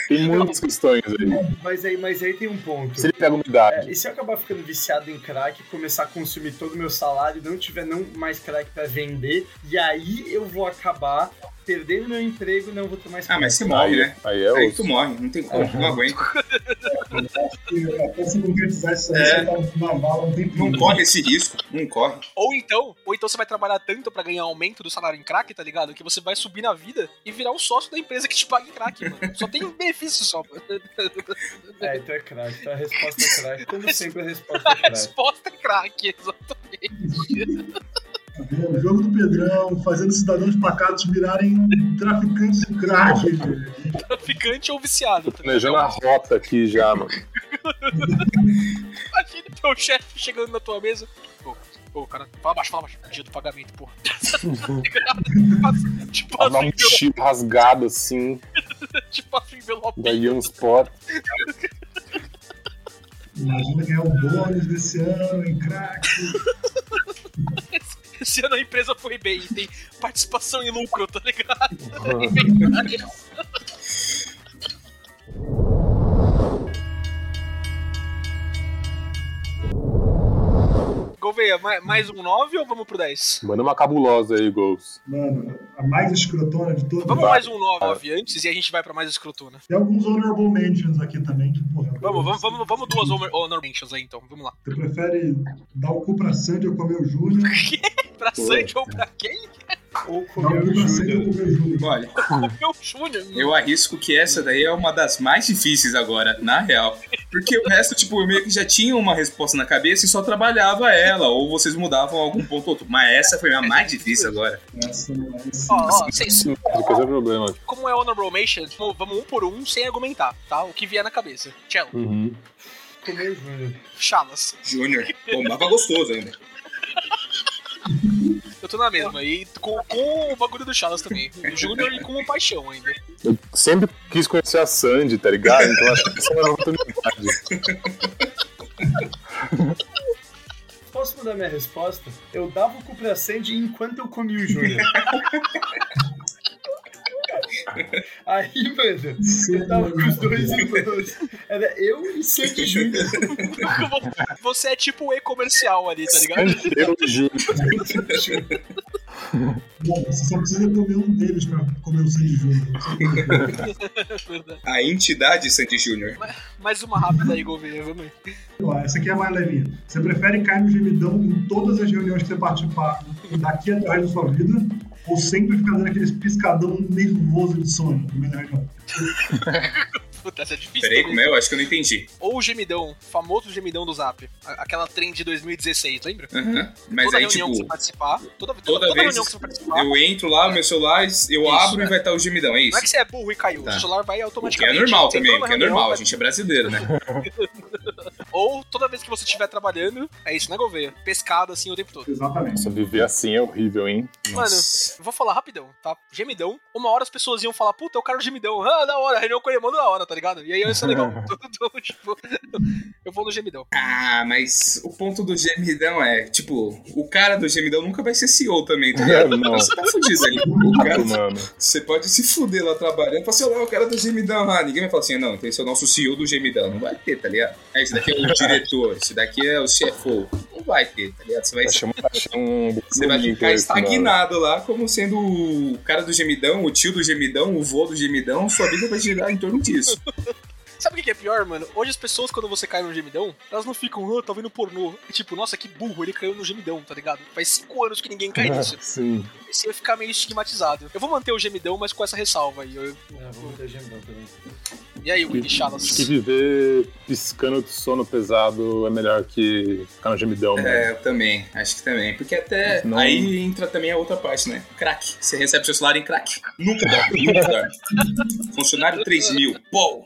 E: Tem muitas questões aí.
B: Mas aí, mas aí tem um ponto.
E: Se ele pega umidade,
B: É, e se eu acabar ficando viciado em crack, começar a consumir todo o meu salário, não tiver não mais crack pra vender, e aí eu vou acabar perdendo meu emprego e não vou ter mais
F: Ah, mas você morre,
E: aí,
F: né?
E: aí é
F: Aí
E: outro.
F: tu morre, não tem como, não aguenta.
D: Até se concretizar isso aí, você
F: É.
D: tá numa mala um tempinho.
F: Não corre esse risco, não corre.
C: Ou então, ou então você vai trabalhar tanto pra ganhar aumento do salário em crack, tá ligado? Que você vai subir na vida e virar um sócio da empresa que te paga em crack, mano. Só tem benefício só.
B: É, então é crack. Então a resposta é crack. Como sempre a resposta é
C: A
B: crack.
C: resposta é crack, exatamente.
D: O Tá jogo do Pedrão, fazendo cidadãos pacatos virarem traficantes de crack.
C: Traficante ou viciado. tá ligado?
E: Planejando a rota aqui já, mano.
C: Imagina teu chefe chegando na tua mesa. Ô, ô, cara, fala baixo, fala baixo. Dia do pagamento, porra. Tá tipo,
E: Tava
C: assim,
E: um chip rasgado assim,
C: tipo assim, envelope.
E: da Young Sport.
D: Imagina ganhar um bônus desse ano em crack.
C: Esse ano a empresa foi bem, tem participação em lucro, tá ligado? Gouveia, ma- mais um 9 ou vamos pro 10?
E: Manda uma cabulosa aí, Gols.
D: Mano, a mais escrotona de todas.
C: Vamos mais um 9 antes e a gente vai pra mais escrotona.
D: Tem alguns honorable mentions aqui também, que porra.
C: Vamos, vamos, vamos, vamos duas honor honor mentions aí então, vamos lá.
D: Tu prefere dar o cu pra Sandy ou comer o Júnior?
C: Pra Sandy ou pra quem?
B: Ou
D: Dar
B: comer
D: o
B: o
D: cu pra Sandy ou
B: Júlio.
D: comer o Júnior?
F: Olha,
C: Meu Júnior.
F: eu arrisco que essa daí é uma das mais difíceis agora, na real. Porque o resto, tipo, eu meio que já tinha uma resposta na cabeça e só trabalhava ela, ou vocês mudavam algum ponto ou outro. Mas essa foi a mais difícil agora.
D: Essa, essa.
C: Ó, ó, vocês,
E: Esse é o problema.
C: como é Honorable Mention, tipo, vamos um por um sem argumentar, tá? O que vier na cabeça. Cello,
E: Uhum.
B: Comer o Júlio.
C: Chalas.
F: Júnior, bombava gostoso ainda.
C: Eu tô na mesma. E com, com o bagulho do Chalas também. O Júnior e com o Paixão ainda.
E: Eu sempre quis conhecer a Sandy, tá ligado? Então acho que essa é uma oportunidade.
B: Posso mudar minha resposta? Eu dava o cu pra Sandy enquanto eu comia o Júlio. Aí, mano, eu tava com os dois irmãos. Era eu e Sandy Júnior.
C: Você é tipo o e-comercial ali, tá ligado?
E: Sandy, eu e Júlio.
D: Bom, você só precisa comer um deles pra comer o Sandy Júnior. Só que
F: A entidade Sandy Júnior.
C: Mais uma rápida aí, Gouveia, vamos ver.
D: Ó, essa aqui é a mais levinha. Você prefere cair no gemidão em todas as reuniões que você participar daqui até o resto da sua vida? Ou sempre ficar dando aqueles piscadão nervoso de sono no meio da reunião?
C: Puta, essa é difícil.
F: Peraí,
C: também.
F: como é? Eu acho que eu não entendi.
C: Ou o gemidão, famoso gemidão do Zap. a- Aquela trend de 2016, lembra?
F: Aham. Mas
C: toda
F: aí,
C: reunião que
F: tipo,
C: você participar, toda, toda,
F: toda
C: toda
F: vez
C: reunião que você participar,
F: eu entro lá, meu celular, eu abro
C: né?
F: e vai estar o gemidão, é
C: não é
F: isso?
C: que você é burro e caiu,
F: Tá.
C: o celular vai
F: O que é
C: automaticamente.
F: normal
C: Você
F: também,
C: entrou
F: o
C: na
F: que é
C: reunião,
F: normal, a
C: vai-
F: gente é brasileiro, né?
C: Ou toda vez que você estiver trabalhando, é isso, né, Gouveia? Pescado assim o tempo todo.
D: Exatamente.
E: Nossa, viver assim é horrível, hein?
C: Mano, eu vou falar rapidão, tá? Gemidão. Uma hora as pessoas iam falar, puta, eu quero o gemidão. Ah, da hora, reunião com o irmão da hora, tá ligado? E aí isso é legal. Então, tipo, eu vou no gemidão.
F: Ah, mas o ponto do gemidão é, tipo, o cara do gemidão nunca vai ser CEO também, tá
E: É,
F: ligado?
E: não.
F: Você tá fudido ali.
E: Ah,
F: O cara,
E: Mano.
F: você pode se fuder lá trabalhando, fala assim, olha lá, o cara do gemidão lá. Ninguém vai falar assim, não, então esse é o nosso CEO do gemidão. Não vai ter, tá ligado? É, esse daqui é o diretor, esse daqui é o CFO. Não vai ter, tá ligado? Você vai
E: Achei um- achei um-
F: Você vai
E: bonito
F: ficar
E: esse, mano.
F: estagnado lá, como sendo o cara do gemidão, o tio do gemidão, o vô do gemidão, sua vida vai girar em torno disso.
C: Sabe o que que é pior, mano? Hoje as pessoas, quando você cai no gemidão, elas não ficam, ah, tá vendo pornô. É tipo, nossa, que burro, ele caiu no gemidão, tá ligado? Faz cinco anos que ninguém cai
E: Uhum.
C: nisso.
E: Sim.
C: Você ia ficar meio estigmatizado. Eu vou manter o gemidão, mas com essa ressalva aí. Eu-
B: É, vamos ter gemidão também.
C: E aí, Willy
E: Acho que
C: Chalas?
E: viver piscando de sono pesado é melhor que ficar no gemidão, mano.
F: É, eu também, acho que também. Porque até
E: Não.
F: aí entra também a outra parte, né? Crack. Você recebe seu salário em crack. Nunca dorme, nunca dorme. Funcionário 3 mil. Pô!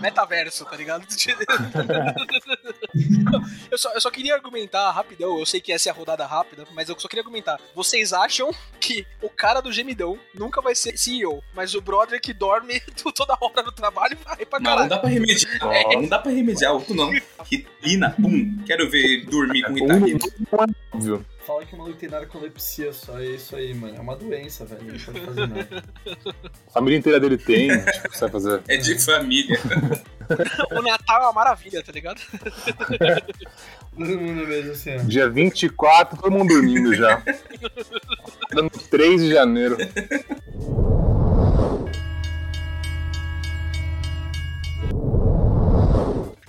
C: Metaverso, tá ligado? eu, só, eu só queria argumentar rapidão. Eu sei que essa é a rodada rápida, mas eu só queria argumentar. Vocês acham que o cara do gemidão nunca vai ser CEO, mas o brother que dorme toda hora no trabalho vai pra
F: Não, não
C: caralho.
F: dá pra remediar. É, não dá pra remediar, outro não. Ritalina, pum. Quero ver dormir com
E: Um não
F: Ritalina.
E: é óbvio.
B: Fala que o maluco tem narcolepsia só, é isso aí, mano. É uma doença, velho. Não pode fazer nada.
E: A família inteira dele tem. tipo, o que você vai fazer?
F: É de família.
C: O Natal é uma maravilha, tá ligado?
B: Todo mundo mesmo assim, ó.
E: Dia 24, todo mundo dormindo já. Tá Dando 3 de janeiro.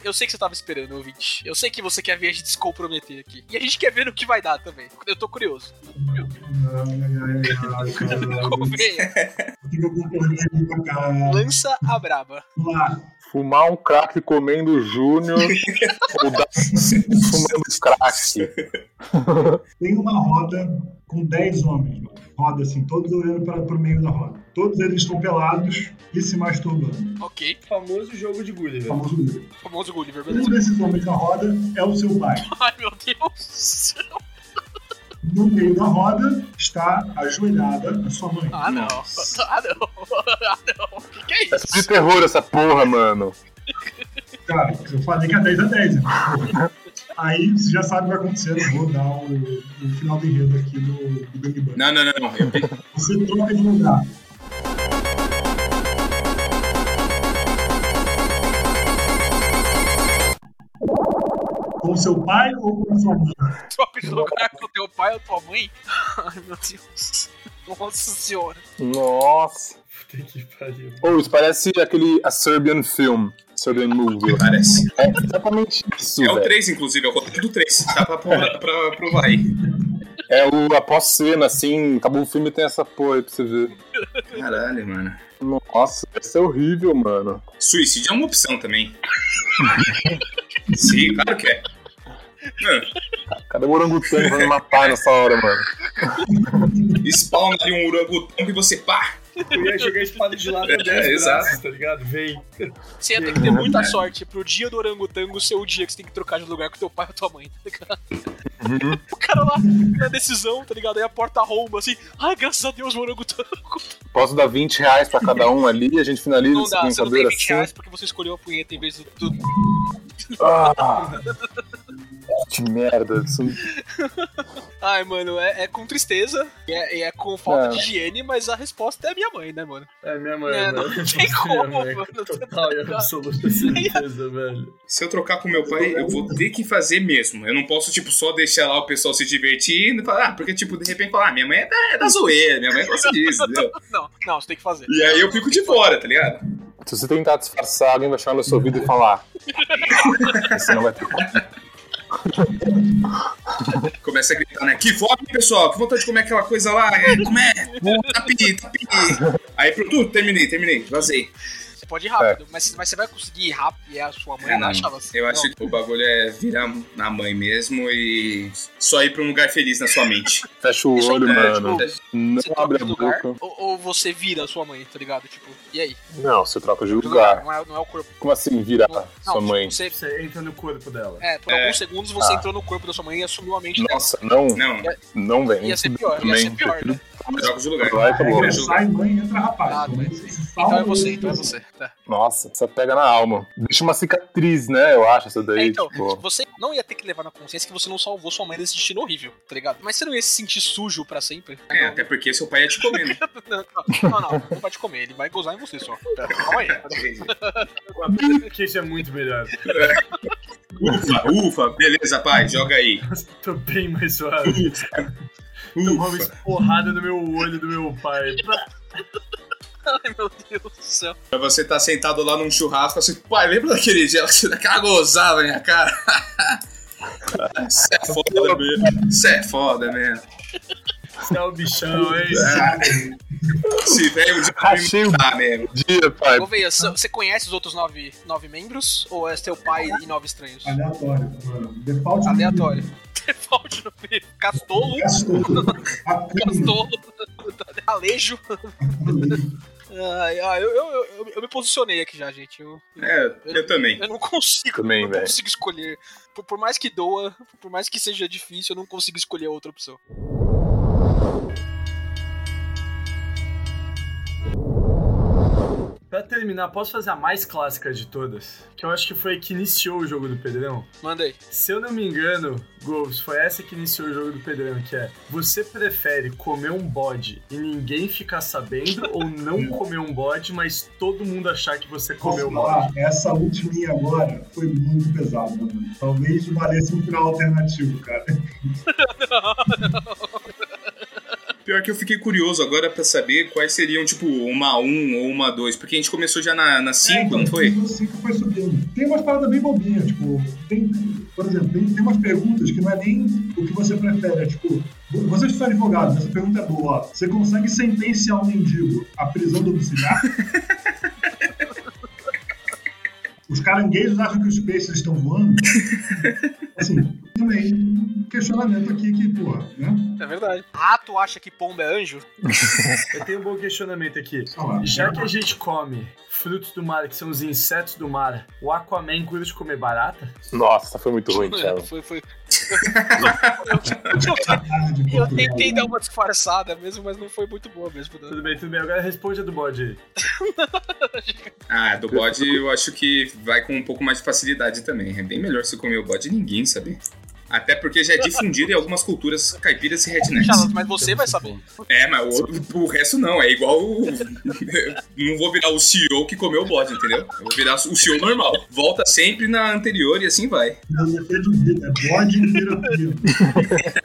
C: Eu sei que você tava esperando, ouvinte. Eu sei que você quer ver a gente se comprometer aqui. E a gente quer ver no que vai dar também. Eu tô curioso. Uhum. Gouveia,
D: O que que eu concordei com o cara?
C: lança a braba.
D: Vamos lá.
E: Fumar um crack comendo Júnior ou dar fumando crack.
D: Tem uma roda com 10 homens. Roda assim, todos olhando para, para o meio da roda. Todos eles estão pelados e se masturbando.
C: Ok.
B: Famoso jogo de gulha,
D: O
B: velho.
D: famoso livro.
C: Famoso Gulliver,
D: Um
C: beleza.
D: desses homens na roda é o seu pai.
C: Ai, meu Deus.
D: No meio da roda está ajoelhada a sua mãe.
C: Ah, não.
F: Nossa.
C: Ah, não. Ah, não. O que, que é
E: É filme de
C: isso?
E: terror essa porra, mano.
D: Cara, eu falei que é 10 a 10. né? Aí você já sabe o que vai acontecer, eu vou dar o, o final do enredo aqui do, do Big Bang.
F: Não, não, não, não. Eu tenho
D: Você troca de lugar. Com seu pai ou com sua mãe?
C: Troca de lugar com teu pai ou tua mãe? Ai, meu Deus. Nossa senhora.
E: Nossa.
B: Puta que pariu.
E: Ou isso parece aquele A Serbian Film. Serbian Movie.
F: Parece.
E: É exatamente isso,
F: É o
E: velho.
F: 3, inclusive, é o roteiro do 3. Dá pra, pra, pra provar aí.
E: É o após cena, assim, acabou o filme e tem essa porra aí pra você ver.
F: Caralho, mano.
E: Nossa, isso é horrível, mano.
F: Suicídio é uma opção também. Sim, claro que é. Mano,
E: Cadê o orangotango pra me matar nessa hora, mano?
F: spawna ali um orangotango e você pá!
B: Eu ia jogar espada de lado
F: É,
B: a 10
F: exato.
B: braços, tá ligado? Vem.
C: Você ia ter que
B: Uhum.
C: ter muita sorte pro dia do orangotango ser o dia que você tem que trocar de lugar com teu pai ou tua mãe, tá ligado?
B: Uhum.
C: O cara lá na decisão, tá ligado? Aí a porta arromba assim. Ai, graças a Deus, o orangotango.
E: Posso dar 20 reais pra cada um ali e a gente finaliza
C: Não
E: essa
C: dá, você não tem
E: brincadeira
C: 20
E: assim?
C: reais porque você escolheu a punheta em vez do. do...
E: Ah, que merda. Isso...
C: Ai, mano, é, é com tristeza e é, e é com falta
E: É.
C: de higiene, mas a resposta é a minha mãe, né, mano?
B: É, minha mãe,
C: É, não
B: mano.
C: tem como,
B: Minha mãe,
C: mano. tá
B: com Total e absoluta certeza, velho.
F: Se eu trocar com meu pai, eu vou ter que fazer mesmo. Eu não posso, tipo, só deixar lá o pessoal se divertindo e falar, ah, porque, tipo, de repente falar, ah, minha mãe é da, é da zoeira, minha mãe gosta disso, entendeu?
C: Não, não, você tem que fazer.
F: E aí eu fico de fora, tá ligado?
E: Se você tentar disfarçar, alguém vai chegar no seu ouvido e falar. Você não vai ter como.
F: Começa a gritar, né? Que fome, pessoal, que vontade de comer aquela coisa é? lá, é, comer, tapi, tapi. Aí pronto, uh, terminei, terminei, vazei.
C: Você pode ir rápido. Mas, mas você vai conseguir ir rápido e a sua mãe
F: É,
C: não
F: não.
C: achava assim.
F: Eu acho
C: Não.
F: que o bagulho é virar na mãe mesmo e só ir pra um lugar feliz na sua mente.
E: Fecha o
C: Isso aí,
E: olho,
C: é,
E: mano.
C: tipo, Você
E: Não
C: troca
E: abre
C: de
E: a
C: lugar
E: boca.
C: ou, ou você vira a sua mãe, tá ligado? Tipo, e aí?
E: Não, você troca de
C: De
E: lugar.
C: Não é, não é o corpo.
E: Como assim virar
C: Não,
E: sua
C: tipo,
E: mãe?
C: Você,
B: Você entra no corpo dela.
C: é, por
F: É.
C: alguns segundos você
E: Ah.
C: entrou no corpo da sua mãe e assumiu a mente
E: Nossa, não,
F: Não,
E: não
C: dela.
E: vem.
C: Ia ser pior, ia ser
E: Também.
C: pior, né?
F: troca de lugar.
E: Vai, tá acabou.
D: regra é sai mãe, entra rapaz.
C: Ah,
D: Pelo menos se salva
C: Então é você,
D: ele.
C: então é você. Tá.
E: Nossa, você pega na alma. Deixa uma cicatriz, né? Eu acho essa
C: É,
E: daí,
C: então,
E: tipo.
C: você não ia ter que levar na consciência que você não salvou sua mãe desse destino horrível, tá ligado? Mas você não ia se sentir sujo pra sempre.
F: É, até porque seu pai ia te né? comendo.
C: Não, não, não, não, não vai te comer, ele vai gozar em você só. Tá, Calma aí.
B: Que isso é muito melhor.
F: ufa, ufa, beleza, pai, joga aí.
B: Tô bem mais suave. Tomou uma
F: Ufa.
B: esporrada no meu olho do meu pai.
C: Ai, meu Deus do céu.
F: Pra Você tá sentado lá num churrasco assim, pai, lembra daquele dia que você dá aquela gozada na minha cara? Você é foda mesmo. Você é foda mesmo.
B: Você é o bichão, hein?
F: Se velho de
E: Achei o
F: tá mesmo.
E: dia, pai.
C: Ô, Veia, so- você conhece os outros nove, nove membros? Ou é seu pai e nove estranhos? Tá
D: Aleatório, mano. Default.
C: Aleatório. Default no meio. um, Castolo.
D: Gastou. Gastou.
C: Castolo. Alejo. Ai, ai, eu, eu, eu, eu me posicionei aqui já, gente. Eu,
F: É, eu também.
C: eu não consigo.
E: Também,
C: eu não
E: velho.
C: consigo escolher. Por, por mais que doa, por mais que seja difícil, eu não consigo escolher outra opção.
B: Pra terminar, posso fazer a mais clássica de todas? Que eu acho que foi a que iniciou o jogo do Pedrão.
C: Manda aí.
B: Se eu não me engano, Gomes, foi essa que iniciou o jogo do Pedrão, que é você prefere comer um bode e ninguém ficar sabendo ou não comer um bode, mas todo mundo achar que você comeu
D: Posso
B: um
D: falar?
B: bode?
D: Essa última agora foi muito pesada, mano. Talvez valesse um final alternativo, cara.
F: Pior que eu fiquei curioso agora pra saber quais seriam, tipo, uma 1 ou uma 2. Porque a gente começou já na 5, não foi?
D: É, O 5 foi subindo. Tem umas paradas bem bobinhas, tipo, tem, por exemplo, tem, tem umas perguntas que não é nem o que você prefere, é tipo, vo- você que são advogados, essa pergunta é boa, ó. Você consegue sentenciar um mendigo à prisão domiciliar? Os caranguejos acham que os peixes estão voando? Assim, também questionamento aqui que, porra, né?
C: É verdade. Rato acha que pomba é anjo?
B: Eu tenho um bom questionamento aqui.
D: Sei lá.
B: Já que a gente come frutos do mar, que são os insetos do mar, o Aquaman cuida de comer barata?
E: Nossa, foi muito ruim,
F: então.
E: Thiago.
C: foi, foi. Eu- eu, eu tentei dar uma disfarçada mesmo, mas não foi muito boa mesmo. né?
B: Tudo bem, tudo bem. Agora responde a do bode aí.
F: Ah, do bode eu acho que vai com um pouco mais de facilidade também. É bem melhor se comer o bode e ninguém saber. Até porque já é difundido em algumas culturas caipiras e rednecks.
C: Charlotte, mas você vai saber.
F: É, mas o, o resto não, é igual. o- não vou virar o CEO que comeu o bode, entendeu? Eu vou virar o CEO normal. Volta sempre na anterior e assim vai.
D: Filosofia de vida, é bode e terapia.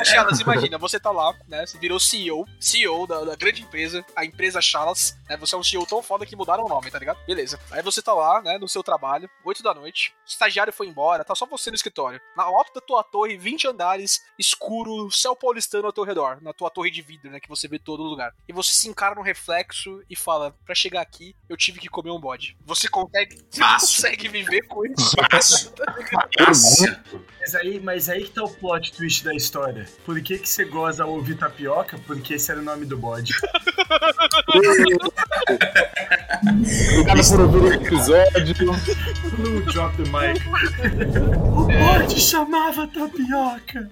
C: Ô, Charles, imagina, você tá lá, né? Você virou CEO, CEO da, da grande empresa, a empresa Charles, né? Você é um CEO tão foda que mudaram o nome, tá ligado? Beleza. Aí você tá lá, né, no seu trabalho, 8 da noite, o estagiário foi embora, tá só você no escritório. Na alta da tua torre, 20 andares, escuro, céu paulistano ao teu redor, na tua torre de vidro, né? Que você vê todo lugar. E você se encara no reflexo e fala: pra chegar aqui, eu tive que comer um bode. Você consegue. Você
F: Fácil.
C: consegue viver com isso?
F: Fácil. Nossa.
B: Mas aí, mas aí que tá o plot twist da história. Por que que você goza ao ouvir tapioca? Porque esse era o nome do bode.
E: Obrigado por ouvir o episódio.
B: No drop the mic. o bode chamava tapioca.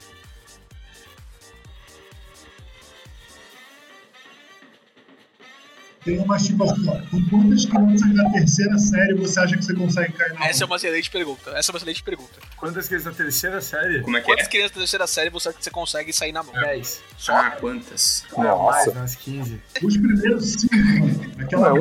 D: Tem uma tipo assim, ó, com quantas crianças da terceira série você acha que você consegue cair na
C: Essa é
D: onda?
C: uma excelente pergunta. Essa é uma excelente pergunta.
B: Quantas vezes na terceira série?
F: Como é que
C: Quantas
F: é?
C: crianças da terceira série você acha que você consegue sair na mão?
B: 10.
F: Ah, quantas?
B: Mais,
E: Nossa.
B: umas 15.
D: Os primeiros cinco, mano. Aquela
E: Não,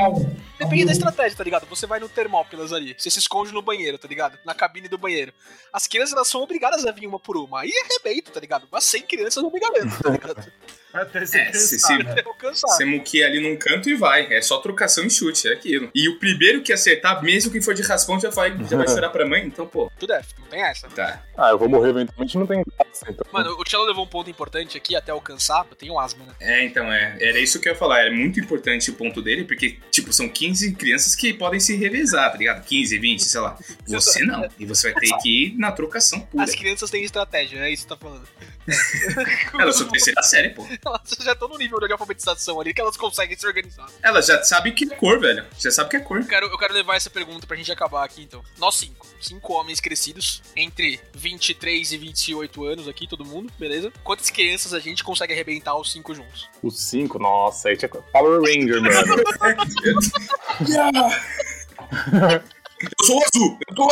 E: é um
C: Depende da estratégia, tá ligado? Você vai no Termópilas ali, você se esconde no banheiro, tá ligado? Na cabine do banheiro. As crianças, elas são obrigadas a vir uma por uma. Aí arrebenta, tá ligado? Mas 100 crianças não me garanto, tá ligado?
B: Até você
F: É, se, se,
B: cansar. né?
C: Até eu cansar.
F: Você muquia ali num canto e vai. É só trocação e chute, é aquilo. E o primeiro que acertar, mesmo que for de raspão, já vai, já vai chorar pra mãe. Então, pô,
C: Tudo é, filho. tem essa.
F: Tá.
E: Ah, eu vou morrer eventualmente, não tem graça, então.
C: Mano, o Tchelo levou um ponto importante aqui até alcançar. Eu tenho asma, né?
F: É, então, é. Era isso que eu ia falar. Era muito importante o ponto dele, porque, tipo, são 15 crianças que podem se revezar, tá ligado? 15, 20, sei lá. Você não. E você vai ter que ir na trocação pura.
C: As crianças têm estratégia, é isso que tá falando.
F: Elas são terceira série, pô.
C: Elas já estão no nível de alfabetização ali que elas conseguem se organizar.
F: Elas já sabem que é cor, velho. Já sabe que é cor.
C: Eu quero, eu quero levar essa pergunta pra gente acabar aqui, então. Nós cinco. Cinco homens crescidos, entre 23 e 28 anos aqui, todo mundo, beleza? Quantas crianças a gente consegue arrebentar os cinco juntos?
E: Os 5, nossa, aí tinha Power Ranger, mano.
F: Eu sou o azul! Eu tô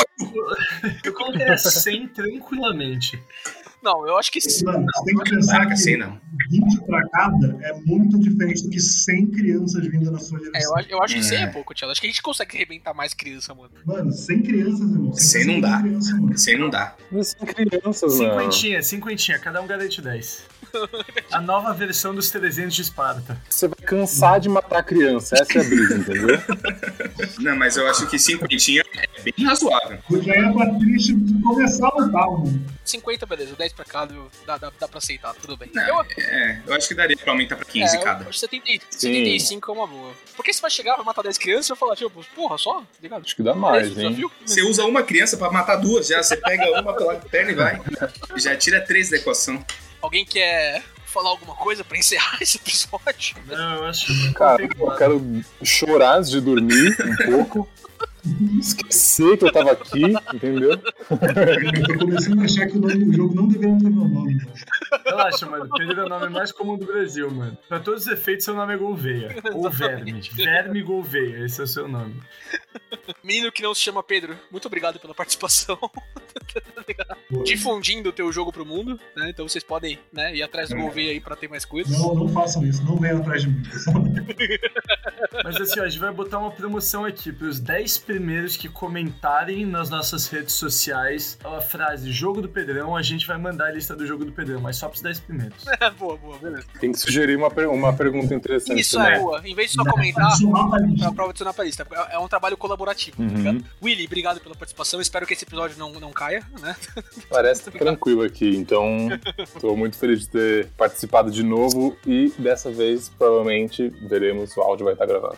B: Eu colocaria 100 tranquilamente.
C: Não, assim, eu acho que sim.
D: Mano, você tem que pensar
F: Caraca,
D: que
C: né?
F: sei não.
D: 20 pra cada é muito diferente do que 100 crianças vindo na sua
C: É,
D: direção.
C: eu, acho- eu acho que
F: É.
C: sim é pouco, Tchelo. Acho que a gente consegue arrebentar mais criança, mano.
D: Mano, 100 crianças, irmão.
F: 100 não dá.
D: Criança, mano.
F: Isso aí não dá.
E: Mas são crianças, mano.
B: Cinquentinha, cinquentinha, cada um garante 10. A nova versão dos 300 de Esparta.
E: Você vai cansar de matar criança, essa é a brisa, entendeu?
F: Não, mas eu acho que 50 é bem razoável.
D: Eu já ia pra triste de começar a lutar, mano.
C: 50, beleza. 10 pra cada, eu- dá, dá, dá pra aceitar, tudo bem.
F: Não,
C: eu,
F: É, eu acho que daria pra aumentar pra 15
C: é, eu
F: cada.
C: acho que 70, 75 é uma boa. Porque você vai chegar, vai matar 10 crianças e vai falar, tipo, porra, só? Tá Ligado?
E: Acho que dá
C: Esse
E: mais,
C: o
E: hein?
C: desafio?
F: Você usa uma criança pra matar duas já. Você pega uma pela perna e vai. Já tira três da equação.
C: Alguém quer falar alguma coisa pra encerrar esse episódio?
B: Não, eu acho que.
E: Cara, eu quero chorar antes de dormir um pouco. Esquecer que eu tava aqui, entendeu?
D: Eu tô começando a achar que o nome do jogo não deveria ter meu nome, né? mano.
B: Relaxa, mano. Pedro é o nome mais comum do Brasil, mano. Pra todos os efeitos, seu nome é Gouveia. Ou Verme.
C: Exatamente.
B: Verme Gouveia, esse é o seu nome.
C: Menino que não se chama Pedro, muito obrigado pela participação. Difundindo o teu jogo pro mundo, né? Então vocês podem né, ir atrás do Gouveia aí pra ter mais coisas.
D: Não, não façam isso, não venham atrás de mim. pessoal.
B: Mas assim, ó, a gente vai botar uma promoção aqui pros 10 primeiros que comentarem nas nossas redes sociais a frase Jogo do Pedrão. A gente vai mandar a lista do Jogo do Pedrão, mas só pros 10 primeiros.
F: É.
C: boa, boa, beleza.
E: Tem que sugerir uma, per- uma pergunta interessante
C: Isso é
E: também.
C: boa. Em vez de só comentar,
D: Somar pra lista.
C: pra pra adicionar pra lista. É- É um trabalho colaborativo, tá
E: Uhum.
C: ligado? Willy, obrigado pela participação. Espero que esse episódio não, não caia, né?
E: Parece que tá tranquilo aqui, então tô muito feliz de ter participado de novo e dessa vez provavelmente veremos o áudio vai estar gravado.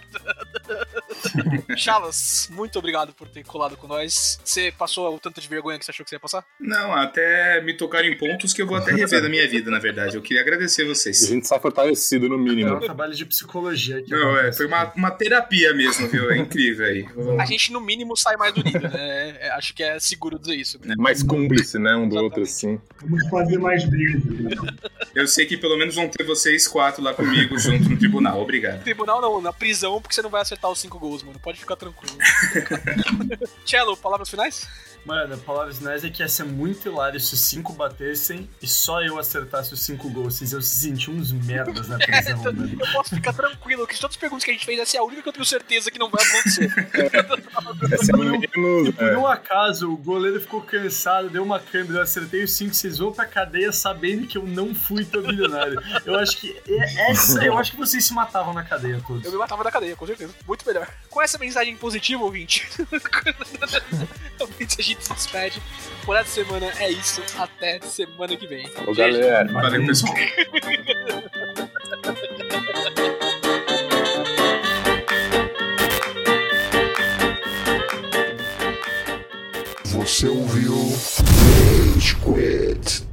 C: Chalas, muito obrigado por ter colado com nós. Você passou o tanto de vergonha que você achou que você ia passar?
F: Não, até me tocaram em pontos que eu vou até rever da minha vida, na verdade. Eu queria agradecer vocês.
E: A gente sai fortalecido no
B: É um
E: mínimo.
B: trabalho de psicologia aqui.
F: Não, é, foi uma, uma terapia mesmo, viu? É incrível aí.
C: A gente, no mínimo, sai mais do nido, né? É- é- acho que é seguro dizer isso.
E: Mais cúmplice, né? Um do outro, assim.
D: Vamos fazer mais vezes. né?
F: Eu sei que pelo menos vão ter vocês quatro lá comigo junto no tribunal. Obrigado.
C: Tribunal não, na prisão, porque você não vai acertar os cinco gols, mano. Pode ficar tranquilo. Cello, palavras finais?
B: Mano, a palavra sinais é que ia ser muito hilário se os cinco batessem e só eu acertasse os cinco gols. Vocês iam se sentir uns merdas na prisão, mano.
C: Eu posso ficar tranquilo, que de todas as perguntas que a gente fez, essa é a única que eu tenho certeza que não vai acontecer.
E: Essa é menos.
B: Por
E: É.
B: um acaso, o goleiro ficou cansado, deu uma câmera, eu acertei os cinco, vocês vão pra cadeia sabendo que eu não fui tão milionário. Eu acho que é- essa, eu acho que vocês se matavam na cadeia
C: Eu
B: todos.
C: me matava na cadeia, com certeza. Muito melhor. Com essa mensagem positiva, ouvinte, ouvinte, a gente se despede. Por essa semana é isso. Até semana que vem.
E: Ô, galera.
F: Valeu, pessoal.
G: Você ouviu? Rage Quit.